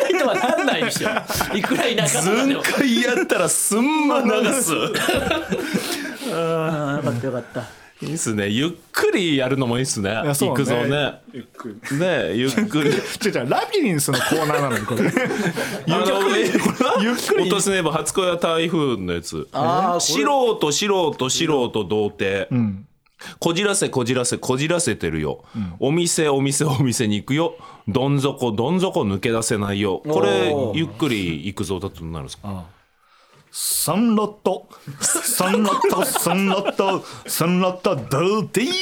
Speaker 3: りとはなんないでしょいくら田舎とかで
Speaker 2: ズ
Speaker 3: も
Speaker 2: ン解やったらすんま流す
Speaker 3: あーよかったよかった
Speaker 1: いいっすねゆっくりやるのもいいっすね行くぞねねゆっくり
Speaker 2: 違う違うラビリンスのコーナーなのにこれ
Speaker 1: あの
Speaker 2: ゆっくり
Speaker 1: 落とすねば初恋は台風のやつ
Speaker 3: ああ
Speaker 1: 素人素人素人童貞、こじらせこじらせこじらせてるよ、お店お店お店に行くよどん底どん底抜け出せないよこれ
Speaker 3: おー
Speaker 1: ゆっくり行くぞだとなるんですか
Speaker 2: サンラットサンラットサンラットサンラットダルティー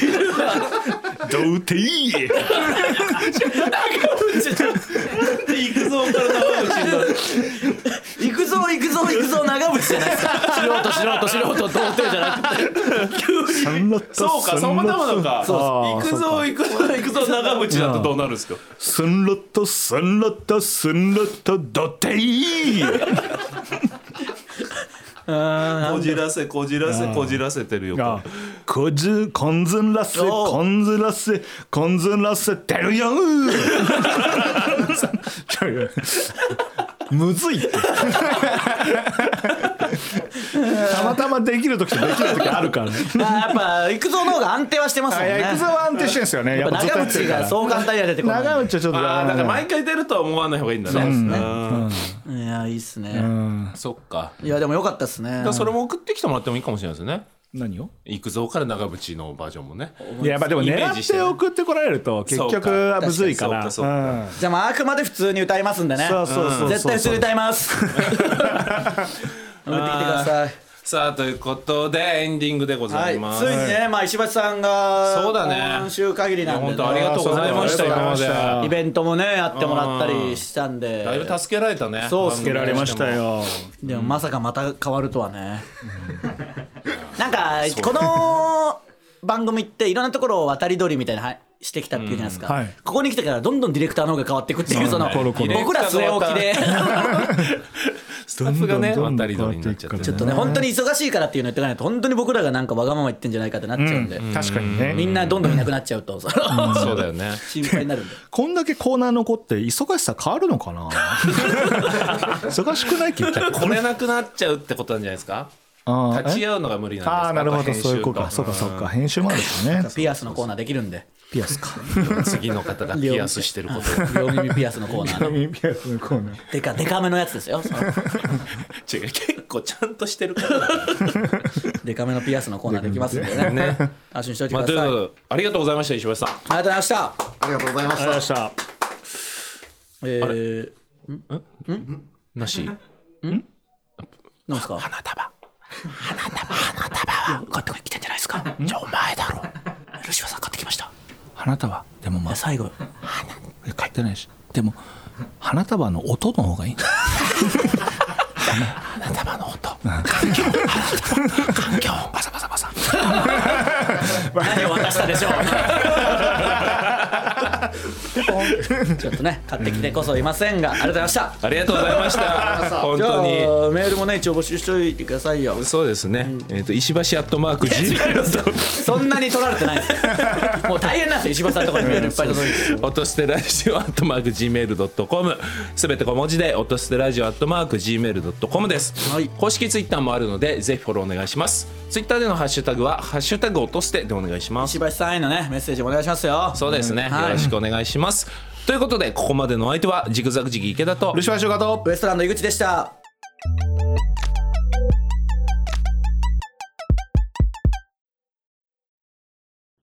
Speaker 2: ダルティー
Speaker 1: 行くぞから
Speaker 3: 行くぞ行くぞ行くぞ長渕じゃないですか素人素人素人童貞じゃなくて
Speaker 2: サンラット
Speaker 1: そうかそんなものか行くぞ行くぞ行くぞ長渕だとどうなるんですか
Speaker 2: サンラットサンラットサンラットダルティー
Speaker 1: こじらせこじらせこじらせてるよ
Speaker 2: あこじこんずんらせ
Speaker 3: おう
Speaker 2: こんずらせこんずらせてるよちょいむずいってたまたまできる時とできない時あるからね
Speaker 3: あーやっぱ行くぞの方が安定はしてますもんね
Speaker 2: いくぞは安定してるんですよねやっぱずっと
Speaker 3: 長
Speaker 2: やって
Speaker 3: 渕
Speaker 2: るか
Speaker 3: が
Speaker 2: ら
Speaker 3: そう簡単には出てこない
Speaker 2: 長渕はちょっと
Speaker 1: ああだから毎回出るとは思わない方がいいんだねうん
Speaker 3: いやいいっすね、
Speaker 1: そっか
Speaker 3: いやでもよかったっすね
Speaker 1: だからそれも送ってきてもらってもいいかもしれないですね
Speaker 2: 何を
Speaker 1: 行くぞから長渕のバージョンもね
Speaker 2: いやまあでも
Speaker 1: イメー
Speaker 2: 狙
Speaker 1: ジ
Speaker 2: っ
Speaker 1: して
Speaker 2: て
Speaker 1: ね
Speaker 2: 送ってこられると結
Speaker 1: そう
Speaker 2: 局
Speaker 1: か
Speaker 2: はむずいか
Speaker 1: 確
Speaker 2: ら
Speaker 1: かにそうかそうか
Speaker 2: うん
Speaker 3: じゃあまああくまで普通に歌いますんでね
Speaker 2: そうそうそう
Speaker 3: 絶対普通に歌います送ってきてください
Speaker 1: さあということでエンディングでござ
Speaker 3: はいい、
Speaker 1: ます、
Speaker 3: ついにね、まあ、石橋さんが
Speaker 1: そうだね
Speaker 3: 今週限りなんで、
Speaker 1: 本
Speaker 3: ね、
Speaker 1: 当ありがとうございました
Speaker 2: あり
Speaker 1: 今
Speaker 2: がとう
Speaker 1: ま
Speaker 2: ございました
Speaker 1: で
Speaker 3: イベントもねやってもらったりしたんで
Speaker 1: だいぶ助けられたね
Speaker 3: そう
Speaker 2: つけられましたよ
Speaker 3: でもまさかまた変わるとはねなんかこの番組っていろんなところを渡り鳥みたいにはしてきたっていうじゃないですか、
Speaker 2: うんはい
Speaker 3: ここに来てからどんどんディレクターの方が変わっていくっていうその
Speaker 2: コロコロ
Speaker 3: 僕ら据え置きで
Speaker 1: スタッフがね
Speaker 2: どんど
Speaker 1: 渡
Speaker 2: んどん
Speaker 1: り
Speaker 2: どん
Speaker 1: 鳥になっちゃってね
Speaker 3: ちょっとね本当に忙しいからっていうの言ってかないと本当に僕らがなんかわがまま言ってんじゃないかってなっちゃうんで、
Speaker 2: 確かにね
Speaker 3: みんなどんどんいなくなっちゃうと、その
Speaker 1: そうだよね
Speaker 3: 心配になるんで
Speaker 2: こんだけコーナー残って忙しさ変わるのかな忙しくない結局
Speaker 1: 来れなくなっちゃうってことなんじゃないですか
Speaker 2: あー
Speaker 1: 立ち
Speaker 2: え
Speaker 1: 会うのが無理なんです
Speaker 2: あーなるほど
Speaker 1: やっぱ
Speaker 2: そういうことか
Speaker 1: 編集
Speaker 2: そうかそうか編集もあるしね
Speaker 3: ピアスのコーナーできるんで
Speaker 2: ピアスか
Speaker 1: 次の方がピアスしてること
Speaker 3: 両耳ピアスのコーナ ーで
Speaker 2: ピアスのコーナー
Speaker 3: でかでかめのやつですよそ の
Speaker 1: 違う結構ちゃんとしてる方だ
Speaker 3: でかめのピアスのコーナーできますんでね
Speaker 1: ね
Speaker 3: 安心しておいて
Speaker 1: まあ
Speaker 3: くだ
Speaker 1: とい
Speaker 3: さい、
Speaker 1: う
Speaker 3: あ、
Speaker 1: こと
Speaker 3: り
Speaker 1: でありがとうございました石橋さん
Speaker 3: がとうございました
Speaker 4: ありがとうございまし
Speaker 2: ありがとうございま
Speaker 4: た
Speaker 2: した
Speaker 3: えー、
Speaker 1: なし
Speaker 3: なんですか
Speaker 1: 花束花束花束は買ってきてんじゃないですかじゃあお前だろルシファーさん買ってきました
Speaker 2: 花束でもまあ
Speaker 3: 最後
Speaker 2: 買ってないしでも花束の音の方がいい
Speaker 1: 花束の音環境環境バサバサバサ
Speaker 3: 何を渡したでしょう ちょっとね買ってきてこそいませんがありがとうございました
Speaker 1: ありがとうございま した本
Speaker 3: じゃあ
Speaker 1: 当に
Speaker 3: メールもね一応募集しておいてくださいよ
Speaker 1: そうですね、えっ、と石橋アットマーク G
Speaker 3: そんなに取られてないです もう大変なんですよ石橋さんとかにメールいっぱい届いて
Speaker 1: 落としてラジオアットマーク Gmail.com すべて小文字で落としてラジオアットマーク Gmail.com です、
Speaker 3: はい
Speaker 1: 公式ツイッターもあるのでぜひフォローお願いしますツイッターでのハッシュタグは「ハッシュタグ落として」でお願いします
Speaker 3: 石橋さんへのねメッセージもお願いしますよ
Speaker 1: そうですね、
Speaker 3: はい
Speaker 1: よろしくお願いしますということでここまでのお相手はジグザグジギ池田と
Speaker 2: ルシファーショーガト
Speaker 3: ウエストランド井口でした